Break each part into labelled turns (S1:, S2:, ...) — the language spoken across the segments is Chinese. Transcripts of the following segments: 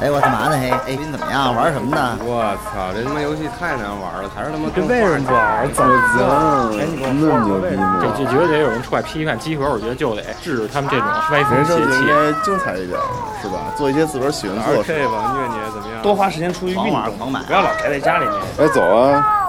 S1: 哎，我干嘛呢？嘿，哎，你怎么样？玩什么呢？
S2: 我操，这他妈游戏太难玩了，还是他妈
S3: 啊这为什么不玩？怎么
S4: 我
S5: 嗯
S2: 哎你给我
S4: 操，那么牛逼吗？
S3: 这就觉得得有人出来批判集合，我觉得就得制止他们这种歪
S4: 人
S3: 风邪
S4: 生就
S3: 气。
S4: 应该精彩一点，是吧？做一些自个儿喜欢做的事。
S2: RK 吧，虐你怎么样？
S3: 多花时间出去运
S1: 狂玩
S3: 动，
S1: 狂买
S3: 不要老宅在家里面。
S4: 哎，走啊！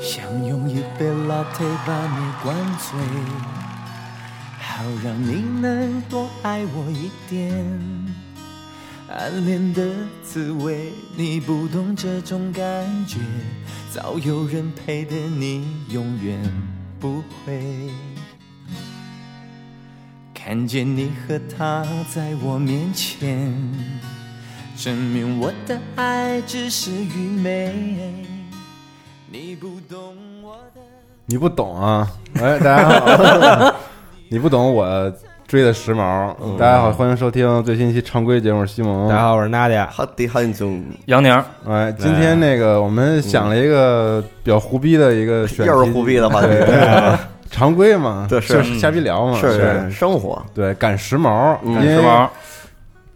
S6: 想用一杯 latte 把你灌醉，好让你能多爱我一点。暗恋的滋味，你不懂这种感觉，早有人陪的你永远不会。看见你和他在我面前，证明我的爱只是愚昧。你不懂我的。
S5: 你不 懂啊！哎，大家好， 你不懂我追的时髦。
S2: 嗯
S5: 大家好，欢迎收听最新一期常规节目《西蒙》。
S7: 大家好，我是 Nadia。
S4: 好的，好兄，
S3: 杨宁，
S5: 哎，今天那个我们想了一个比较胡逼的一个选题，
S1: 又是胡逼的话题
S5: 对，对常规嘛，
S4: 对是
S5: 就是瞎逼聊嘛，
S4: 是生活，
S5: 对，赶时髦，
S4: 嗯
S5: 因为
S3: 是吧？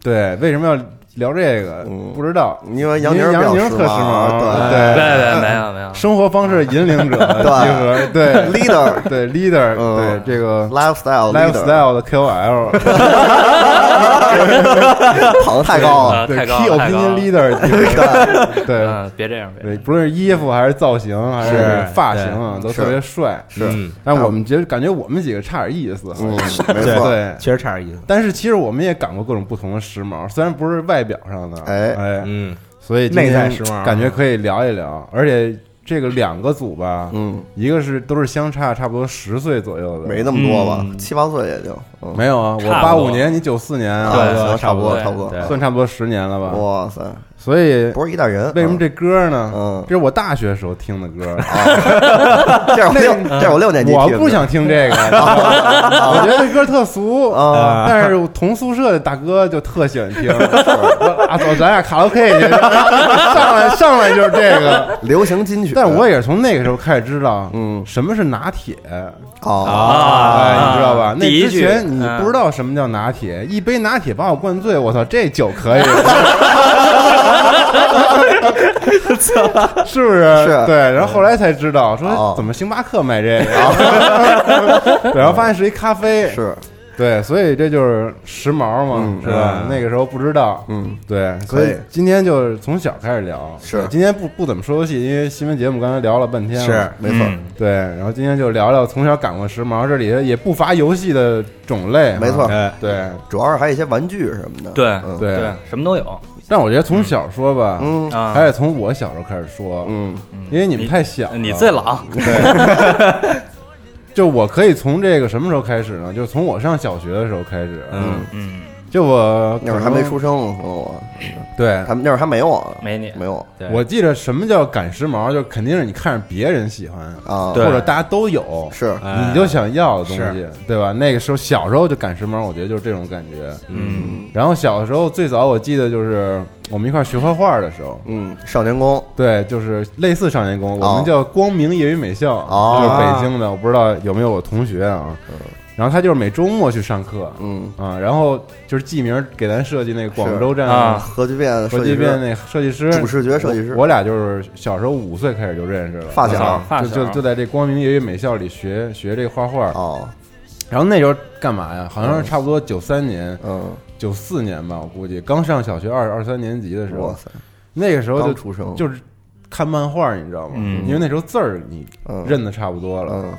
S5: 对，为什么要聊这个
S4: 嗯？
S5: 不知道，
S4: 因为
S5: 杨
S4: 杨宁比较
S5: 宁特时
S4: 髦，
S5: 对
S7: 对，没有没有。
S5: 生活方式引 领者集合，对
S4: leader
S5: 对 leader，对
S4: 嗯
S5: 这个
S4: lifestyle leader
S5: lifestyle 的 KOL，
S4: 跑得太高了，
S7: 呃
S5: 对
S7: 太高
S5: key
S7: 了太高
S5: opinion
S7: 了
S5: leader，对
S7: 嗯，别这样，别这
S5: 对，
S7: 样。
S5: 不论是衣服还是造型还
S7: 是
S5: 发型啊，都
S4: 是
S5: 特别帅。嗯
S4: 是，
S5: 但我们觉得感觉我们几个差点意思，
S4: 嗯，没
S7: 对
S4: 错，
S5: 对。
S7: 确实差点意思。
S5: 但是其实我们也赶过各种不同的时髦，虽然不是外表上的，
S4: 哎
S5: 哎，
S7: 嗯，
S5: 所以今天
S7: 内在时髦
S5: 感觉可以聊一聊。而且这个两个组吧，
S4: 嗯，
S5: 一个是都是相差差不多十岁左右的，
S4: 没那么多吧，七八岁也就，嗯
S5: 没有啊，我
S7: 差不
S5: 八
S7: 多
S5: 五年，你九四年啊，
S7: 对
S4: 行差
S7: 差
S4: 不
S7: 不
S4: 多
S7: 多
S4: 差不多，
S7: 对
S5: 算差不多十年了吧。
S4: 哇塞，
S5: 所以
S4: 不是一代人，
S5: 为什么这歌呢？
S4: 嗯
S5: 这是我大学时候听的 歌，
S4: 这是我六这是我六年级
S5: 我
S4: 听的
S5: 不想听这 个，我觉得这歌特俗
S4: 啊
S5: 但是我同宿舍的大哥就特喜欢听，我啊，走，咱俩卡拉 OK 去， 上来上来就是这 个。
S4: 流行金曲，
S5: 但我也是从那个时候开始知道，
S4: 嗯
S5: 什么是拿铁，
S4: 啊，
S5: 哎，你知道吧？那
S7: 第一
S5: 之
S7: 句
S5: 前你
S7: 嗯
S5: 不知道什么叫拿铁，一杯拿铁把我灌醉，我操，这酒可以，是不是？
S4: 是
S5: 对。然后后来才知道，说
S4: 哦
S5: 怎么星巴克卖这个，啊 对然后发现是一咖啡，
S4: 是，
S5: 对，所以这就是时髦嘛
S4: 嗯，
S5: 是吧？那个时候不知道，
S4: 嗯，
S5: 对，
S4: 可
S5: 所
S4: 以
S5: 以今天就是从小开始聊，
S4: 是
S5: 对今天不不怎么说游戏，因为新闻节目刚才聊了半天了，嗯
S4: 是没错，
S5: 对，然后今天就聊聊从小赶过时髦，这里也不乏游戏的种类，
S4: 没错
S5: 啊
S4: 嗯
S7: 哎
S5: 对
S4: 主要是还有一些玩具什么的，
S7: 对
S4: 嗯
S5: 对
S7: 对。，什么都有
S5: 但我觉得从小说吧，
S4: 嗯
S7: 啊
S5: 还。得从我小时候开始说，
S4: 嗯，
S5: 因为你们太小了，
S7: 你最老，
S5: 就我可以从这个什么时候开始呢？就是从我上小学的时候开始，啊
S7: 嗯嗯，
S5: 就我
S4: 那会儿还没出，生，可能我
S5: 对。
S4: 他们那会儿还没我，
S7: 没你
S4: 没我
S7: 对
S5: 我记得什么叫赶时髦，就肯定是你看着别人喜欢，
S4: 啊，
S5: 或者大家都有，
S4: 是
S7: 哎
S5: 你就想要的东西，对吧？那个时候小时候就赶时髦，我觉得就是这种感觉。
S7: 嗯，
S5: 然后小时候最早我记得就是我们一块儿学画画的时候，
S4: 嗯，少年宫
S5: 对，就是类似少年宫，
S4: 哦
S5: 我们叫光明业余美校，
S4: 哦
S5: 就是北京的，我不知道有没有我同学啊。然后他就是每周末去上课，
S4: 嗯
S5: 啊，然后就是记名儿给咱设计那个广州站
S7: 啊
S4: 核聚变
S5: 核
S4: 设
S5: 聚
S4: 计
S5: 变
S4: 师，
S5: 那个设计师，
S4: 主视觉设计师
S5: 我我俩就是小时候五岁开始就认识了，
S4: 发小
S7: 发
S5: 就
S7: 小
S5: 就就在这光明业余美校里学学这画画，
S4: 哦，
S5: 然后那时候干嘛呀？好像是差不多九三年、
S4: 嗯，
S5: 九四年吧，我估计刚上小学二二三年级的时
S4: 哇
S5: 候，
S4: 塞，
S5: 那个时候就
S4: 刚出生
S5: 就是看漫画，你知道吗？
S7: 嗯
S5: 因为那时候字儿你
S4: 嗯
S5: 认的差不多了，
S4: 嗯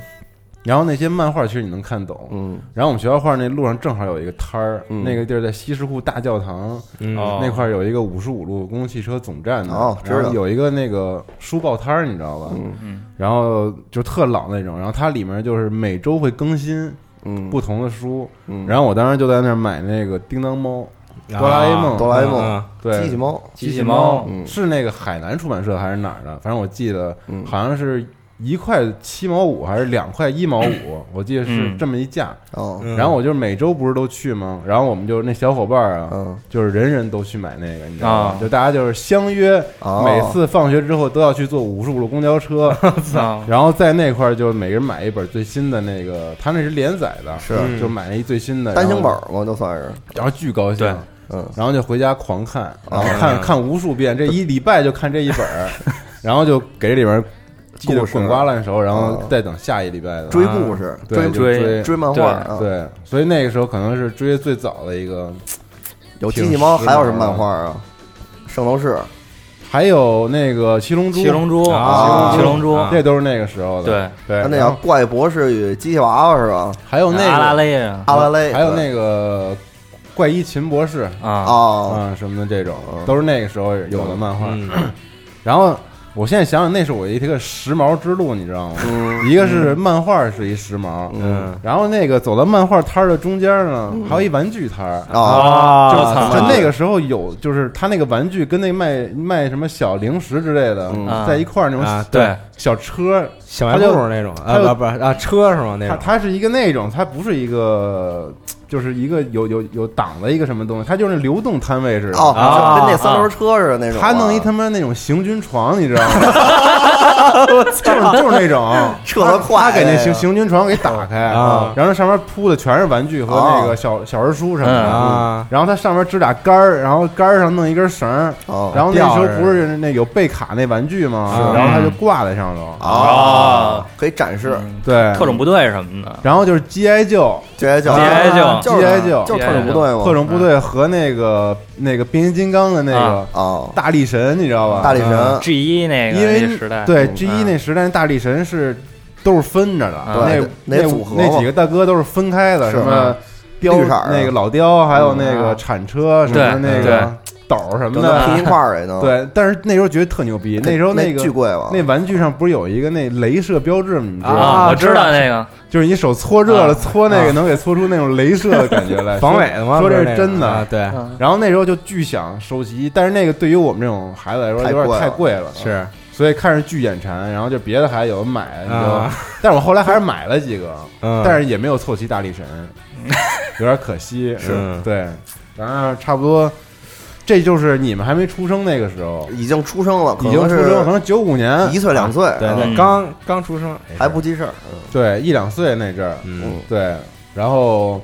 S5: 然后那些漫画其实你能看懂，
S8: 嗯，
S5: 然后我们学校画那路上正好有一个摊儿，
S8: 嗯
S5: 那个地儿在西什库大教堂、
S9: 哦
S5: 那块儿有一个五十五路公共汽车总站的，
S8: 哦知道
S5: 然后有一个那个书报摊儿，你知道吧？
S8: 嗯
S5: 然后就特老那种，然后它里面就是每周会更新
S8: 嗯
S5: 不同的书，
S8: 嗯
S5: 然后我当时就在那儿买那个叮当猫、哆啦 A 梦、
S8: 哆啦 A 梦
S3: 嗯
S5: 对
S8: 机器猫，
S5: 机器
S3: 猫
S8: 嗯
S5: 是那个海南出版社还是哪儿的？反正我记得
S8: 嗯
S5: 好像是一块七毛五还是两块一毛五，我记得是
S9: 嗯
S5: 这么一价。
S8: 哦，
S3: 嗯
S5: 然后我就每周不是都去吗？然后我们就那小伙伴儿啊，
S8: 嗯，
S5: 就是人人都去买那个，你知道吗
S9: 啊？
S5: 就大家就是相约，
S8: 哦
S5: 每次放学之后都要去坐五十五路公交 车，
S9: 啊
S5: 然后在那块儿就每人买一本最新的那个，他那是连载的，是就买一最新的
S8: 单行
S5: 然
S8: 本
S5: 后
S8: 儿嘛，就算是，
S5: 然后巨高兴
S9: 对，
S8: 嗯哦
S5: 然后就回家狂看，然后看看无数遍，这一礼拜就看这一本 儿，然后就给这里面记得
S8: 故事
S5: 滚瓜烂熟，然后再等下一礼拜
S8: 哦
S5: 的
S8: 追
S4: 啊
S8: 故事，
S5: 对
S8: 追
S5: 就
S8: 追
S5: 追
S8: 漫画
S9: 对
S8: 啊，，
S5: 对，所以那个时候可能是追最早的一个，
S8: 有
S5: 挺
S8: 机器猫，
S5: 时髦的
S8: 还有什么漫画啊？圣斗士，
S5: 还有那个七龙珠，
S3: 七龙珠
S5: 啊
S3: 七龙珠，
S5: 这都是那个时候的，
S9: 对
S5: 对
S8: 他
S5: 对，
S8: 那
S5: 然
S8: 叫
S5: 后
S8: 怪博士与机器娃娃是吧？
S5: 还有那
S3: 阿拉
S5: 个
S3: 蕾啊，
S8: 阿拉蕾，
S5: 还有那个怪医秦博士
S3: 啊，
S8: 哦，
S5: 啊什么的这种
S8: 嗯，
S5: 都是那个时候有的漫画，
S3: 嗯
S5: 然后我现在想想，那是我一个时髦之路，你知道吗？一个是漫画是一时髦，
S8: 嗯，
S5: 然后那个走到漫画摊儿的中间呢，还有一玩具摊儿。
S3: 啊
S8: 哦，
S10: 啊
S5: 就
S3: 操
S5: 啊就那个时候有，就是他那个玩具跟那卖卖什么小零食之类的
S8: 嗯
S5: 在一块儿那种
S10: 啊，对，
S5: 小车，
S10: 小卖部那种
S5: 他就
S10: 啊，不不啊，车是吗？那
S5: 它
S10: 种
S5: 它是一个那种，它不是一个，就是一个有有有档的一个什么东西，它就是流动摊位似的。
S8: 哦，
S3: 啊
S8: 就跟那三轮车似的那种啊，
S5: 他弄一他妈那种行军床，你知道吗？ 就是就是那种，
S8: 撤得快
S5: 他给那
S8: 哎呀
S5: 行行军床给打开
S10: 啊
S5: 然后上面铺的全是玩具和
S8: 哦
S5: 那个小小人书什么的
S3: 嗯
S10: 啊
S5: 然后它上面支俩杆儿，然后杆儿上弄一根绳儿，
S8: 哦
S5: 然后那时
S10: 吊
S5: 候
S10: 着
S5: 不是那有贝卡那玩具吗？
S8: 啊
S10: 是
S5: 然后它就挂在上头，
S4: 啊
S5: 啊
S8: 哦，可以展示，
S5: 对，
S3: 啊特种部队什么的，
S5: 然后就是 G.I. 救。
S8: 这些叫
S3: G.I.
S8: 啊
S3: Joe
S8: 就是
S5: G.I. Joe
S8: 就是特种部队嗯嘛，
S5: 特种部队和那个那个变形金刚的那个
S3: 啊
S8: 哦，
S5: 大力神，你知道吧？
S8: 大力神，
S5: 嗯
S3: G 一那个
S5: 因为
S3: 那时代，
S5: 对
S8: 嗯
S5: G 一那时代大力神是都是分着的，
S3: 嗯
S5: 那
S8: 对
S5: 那
S8: 那组合嘛
S5: 那几个大哥都是分开的，
S8: 是啊
S5: 什么雕
S8: 绿色儿的
S5: 那个老雕，还有那个
S8: 嗯
S5: 铲车，什
S3: 对
S5: 么那个斗儿什么
S8: 就能拼一
S5: 的，
S8: 块儿也能，
S5: 嗯对。但是那时候觉得特牛逼，
S8: 那，
S5: 时候
S8: 那
S5: 个
S8: 巨贵了，
S5: 那玩具上不是有一个那镭射标志吗？你知道
S3: 啊，
S5: 吗？
S3: 我知道那个，
S5: 就是你手搓热
S3: 啊
S5: 了，搓那个能给搓出那种镭射的感觉来。
S10: 防伪的吗？
S5: 说这
S10: 不
S5: 是
S10: 那
S5: 真
S10: 种
S5: 的
S10: 啊，对，
S5: 然后那时候就巨想收集，但是那个对于我们这种孩子来说
S8: 太
S5: 有
S8: 贵
S5: 点
S8: 了
S5: 太贵了，
S10: 是
S5: 所以看着巨眼馋，然后就别的还有人买，你就，
S10: 啊
S5: 但是我后来还是买了几个，
S10: 嗯
S5: 但是也没有凑齐大力神， 有点可惜，
S10: 是
S5: 嗯对，反正差不多，这就是你们还没出生那个时候，
S8: 已经出生了，可
S5: 已经
S8: 能
S5: 出
S8: 是
S5: 生，可能九五年，
S8: 一岁两岁，
S10: 对
S8: 嗯
S10: 对，刚刚出生
S8: 还不记事儿，
S3: 嗯
S5: 对一两岁那阵儿，
S10: 嗯
S5: 对，然后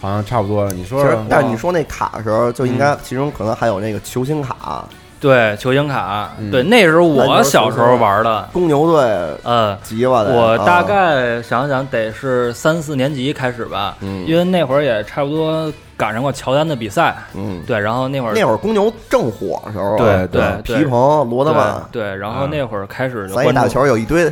S5: 好像差不多了，你
S8: 其
S5: 说
S8: 实
S3: 嗯
S5: 说，
S8: 但是你说那卡的时候，就应该其中可能还有那个球星卡，
S3: 对球星卡
S5: 嗯，
S3: 对那时候
S8: 篮球球
S3: 我小时候
S8: 星
S3: 玩的，
S8: 公牛队
S3: 嗯。
S8: 急了得，
S3: 我
S8: 啊
S3: 大概想想，得是三四年级开始吧，
S8: 嗯
S3: 因为那会儿也差不多赶上过乔丹的比赛，
S8: 嗯，
S3: 对，然后那会儿
S8: 那会儿公牛正火的时候啊，
S3: 对对对
S8: 皮蓬、罗德曼
S3: 对，对，然后那会儿开始就
S8: 咱
S3: 关注
S8: 一打球有一堆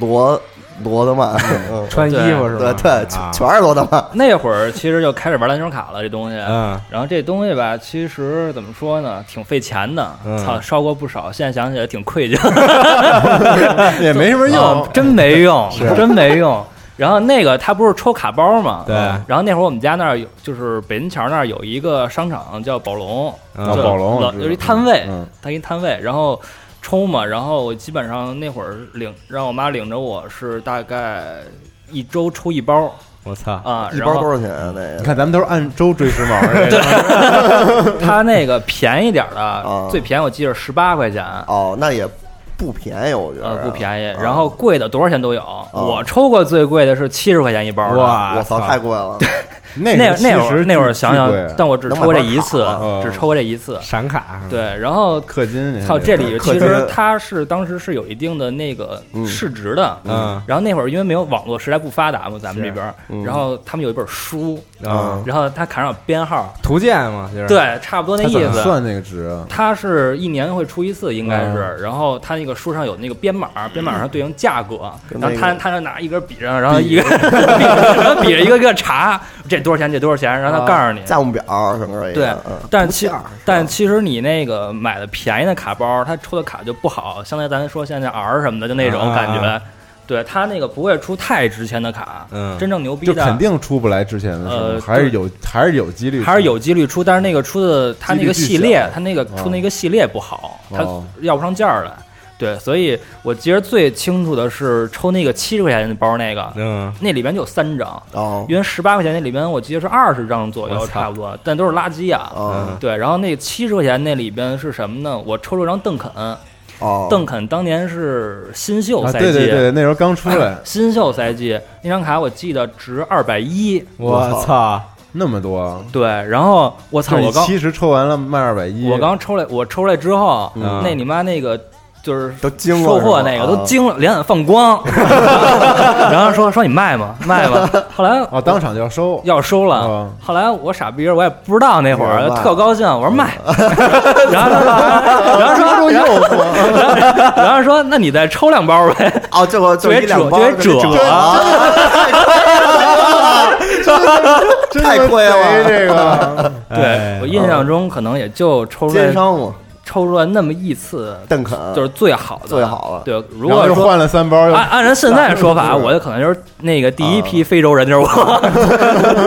S8: 罗罗德曼，嗯
S10: 穿衣服 是
S8: 对
S10: 吧？
S3: 嗯
S8: 对，
S10: 啊
S8: 全全是罗德曼，
S3: 那会儿其实就开始玩篮球卡了，这东西。
S10: 嗯
S3: 然后这东西吧，其实怎么说呢，挺费钱的
S10: 嗯，
S3: 操、烧过不少。现在想起来挺愧疚，
S5: 也没什么用，
S8: 啊
S3: 真没用， 真没用。然后那个它不是抽卡包嘛？
S10: 对
S3: 然后那会儿我们家那儿有，就是北京桥那儿有一个商场叫宝龙，
S10: 嗯
S3: 就
S5: 宝龙
S3: 老
S5: 我知道
S3: 有一摊位
S5: 嗯，
S3: 它一摊位，然后抽嘛，然后我基本上那会儿领让我妈领着我是大概一周抽一包
S10: 我操，
S3: 啊，
S8: 一
S3: 然
S8: 包
S3: 后
S8: 多少钱啊？那
S5: 你
S8: 个
S5: 看咱们都是按周追时 髦，这个
S3: 它那个便宜点儿
S5: 啊
S3: 的，最便宜我记着十八块钱，
S8: 哦，那也不便宜，我觉
S3: 呃
S8: 得，
S3: 不便宜。
S8: 啊
S3: 然后
S5: 啊
S3: 贵的多少钱都有，我抽过最贵的是七十块钱一包的，
S10: 哇
S8: 我操，太贵了，
S5: 那
S3: 那
S5: 个
S3: 那会
S5: 其
S3: 儿
S5: 实
S3: 那会儿
S5: 巨
S3: 想
S5: 巨贵啊
S3: 想，但我只抽过这一次
S5: 能买包卡，啊嗯
S3: 只抽过这一次。
S10: 闪卡，，
S3: 对，然后
S5: 氪金人家
S3: 靠这里
S8: 氪
S3: 其
S8: 金
S3: 实它是当时是有一定的那个市值的。
S10: 嗯
S3: 然后那会儿因为没有网络时代不发达嘛，咱们
S5: 啊
S3: 这边儿，
S8: 嗯
S3: 然后他们有一本书，
S10: 啊，
S3: 然后它卡上有编号，
S10: 图鉴嘛，就是，
S3: 对，差不多那
S5: 他
S3: 意
S5: 怎么
S3: 思。
S5: 算那个值啊？
S3: 它是一年会出一次，应该是。然后它那个书上有那个编码，编码上对应价格。
S8: 跟
S3: 然后
S8: 那
S3: 他
S8: 个
S3: 他就拿一根笔上，然后一个笔 然后比着一个个查，这多少钱？这多少钱？然后他告诉你。
S8: 价目表什么的。
S3: 对
S8: 嗯
S3: 但其但其实你那个买的便宜的卡包，它出的卡就不好，相当于咱说现在 R 什么的，就那种
S10: 啊
S3: 感觉。对，它那个不会出太值钱的卡，
S10: 嗯
S3: 真正牛逼
S5: 就
S3: 的
S5: 肯定出不来之前的时候，
S3: 呃
S5: 还是有还是有几率出，啊
S3: 还是有几率出，但是那个出的它那个系
S5: 几率巨
S3: 列
S5: 小，啊
S3: 它那个出那个系列不好，它
S5: 哦
S3: 要不上价儿来。对，所以我记得最清楚的是抽那个七十块钱的包那个，
S10: 嗯，
S3: 那里边就有三张，
S8: 哦，
S3: 因为十八块钱那里边我记得是二十张左
S10: 我
S3: 右
S10: 操
S3: 差不多，但都是垃圾啊。
S8: 哦
S3: 对，然后那七十块钱那里边是什么呢？我抽了张邓肯，
S8: 哦，
S3: 邓肯当年是新秀
S5: 啊，
S3: 赛季，
S5: 对对对，那时候刚出 来
S3: 新秀赛季那张卡我记得值二百一，
S10: 我操，
S5: 那么多，
S3: 对，然后我操，
S5: 就是
S3: 我
S5: 你
S3: 刚
S5: 七十抽完了卖二百一，
S3: 我刚抽来，我抽来之后，
S10: 嗯
S3: 那你妈那个就是
S8: 都惊了，啊
S3: 收获那个
S4: 啊
S3: 都惊了，两眼放光，然后说说你卖吗？卖吗？后来
S5: 啊当场就要收，
S3: 要收了
S5: 哦，
S3: 后来我傻逼儿，我也不知道那会
S8: 你
S3: 儿
S8: 说卖
S3: 特高兴，我说卖， 然后然后说
S5: 诱 惑，
S3: 然后说那你再抽两包呗，
S8: 哦，这个啊
S3: 就
S8: 就
S3: 给
S8: 一两
S3: 折，就
S8: 包，
S3: 给折了。
S8: 太亏了，
S5: 这个
S10: 哎
S3: 对我印象中可能也就抽出来
S8: 奸商嘛，
S3: 抽出来那么一次，
S8: 邓肯
S3: 就是最好的，
S8: 最好啊了
S3: 对，如
S5: 然后
S3: 果
S5: 又
S3: 说啊
S5: 换了三包，又啊
S3: 按按人现在说法，
S5: 是
S3: 我就可能就是那个第一批非洲人就是我，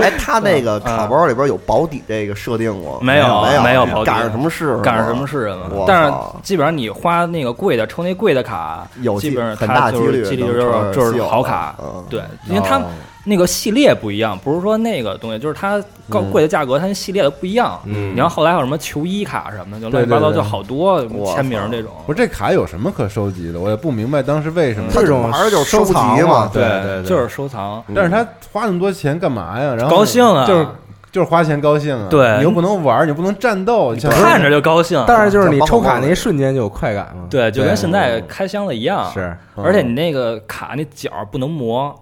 S8: 哎，他那个卡包里边有保底这个设定吗？
S3: 没有啊
S8: 没
S3: 没有保底
S8: 赶上什么事？
S3: 赶上什么？事
S8: 我靠？
S3: 嘛但是基本上你花那个贵的，抽那贵的卡，
S8: 有
S3: 基本上
S8: 很
S3: 它
S8: 大
S3: 就是
S8: 几
S3: 几率
S8: 率
S3: 就
S8: 能抽
S3: 是就是
S8: 稀有
S3: 好
S4: 啊
S3: 卡
S8: 嗯，
S3: 对，因为它那个系列不一样，不是说那个东西，就是它高贵的价格，它那系列的不一样。
S10: 嗯
S3: 你要后来有什么球衣卡什么的，就乱七八糟
S5: 对对对
S3: 就好多
S8: 我
S3: 签名这种。
S5: 不是这卡有什么可收集的？我也不明白当时为什么
S3: 嗯
S10: 这种
S8: 玩儿就是
S10: 收
S8: 收集
S10: 藏
S8: 嘛
S10: 对对，对
S3: 就是收藏，
S8: 嗯
S5: 但是他花那么多钱干嘛呀？然后
S3: 高兴啊
S5: 就是就是花钱高兴啊。
S3: 对
S5: 你又不能玩，你又不能战斗，你想
S3: 看着就高兴。
S10: 但是就是你抽卡那一瞬间就有快感嘛，
S3: 对，就跟现在开箱的一样，
S10: 是，
S5: 嗯
S3: 而且你那个卡那角儿不能磨，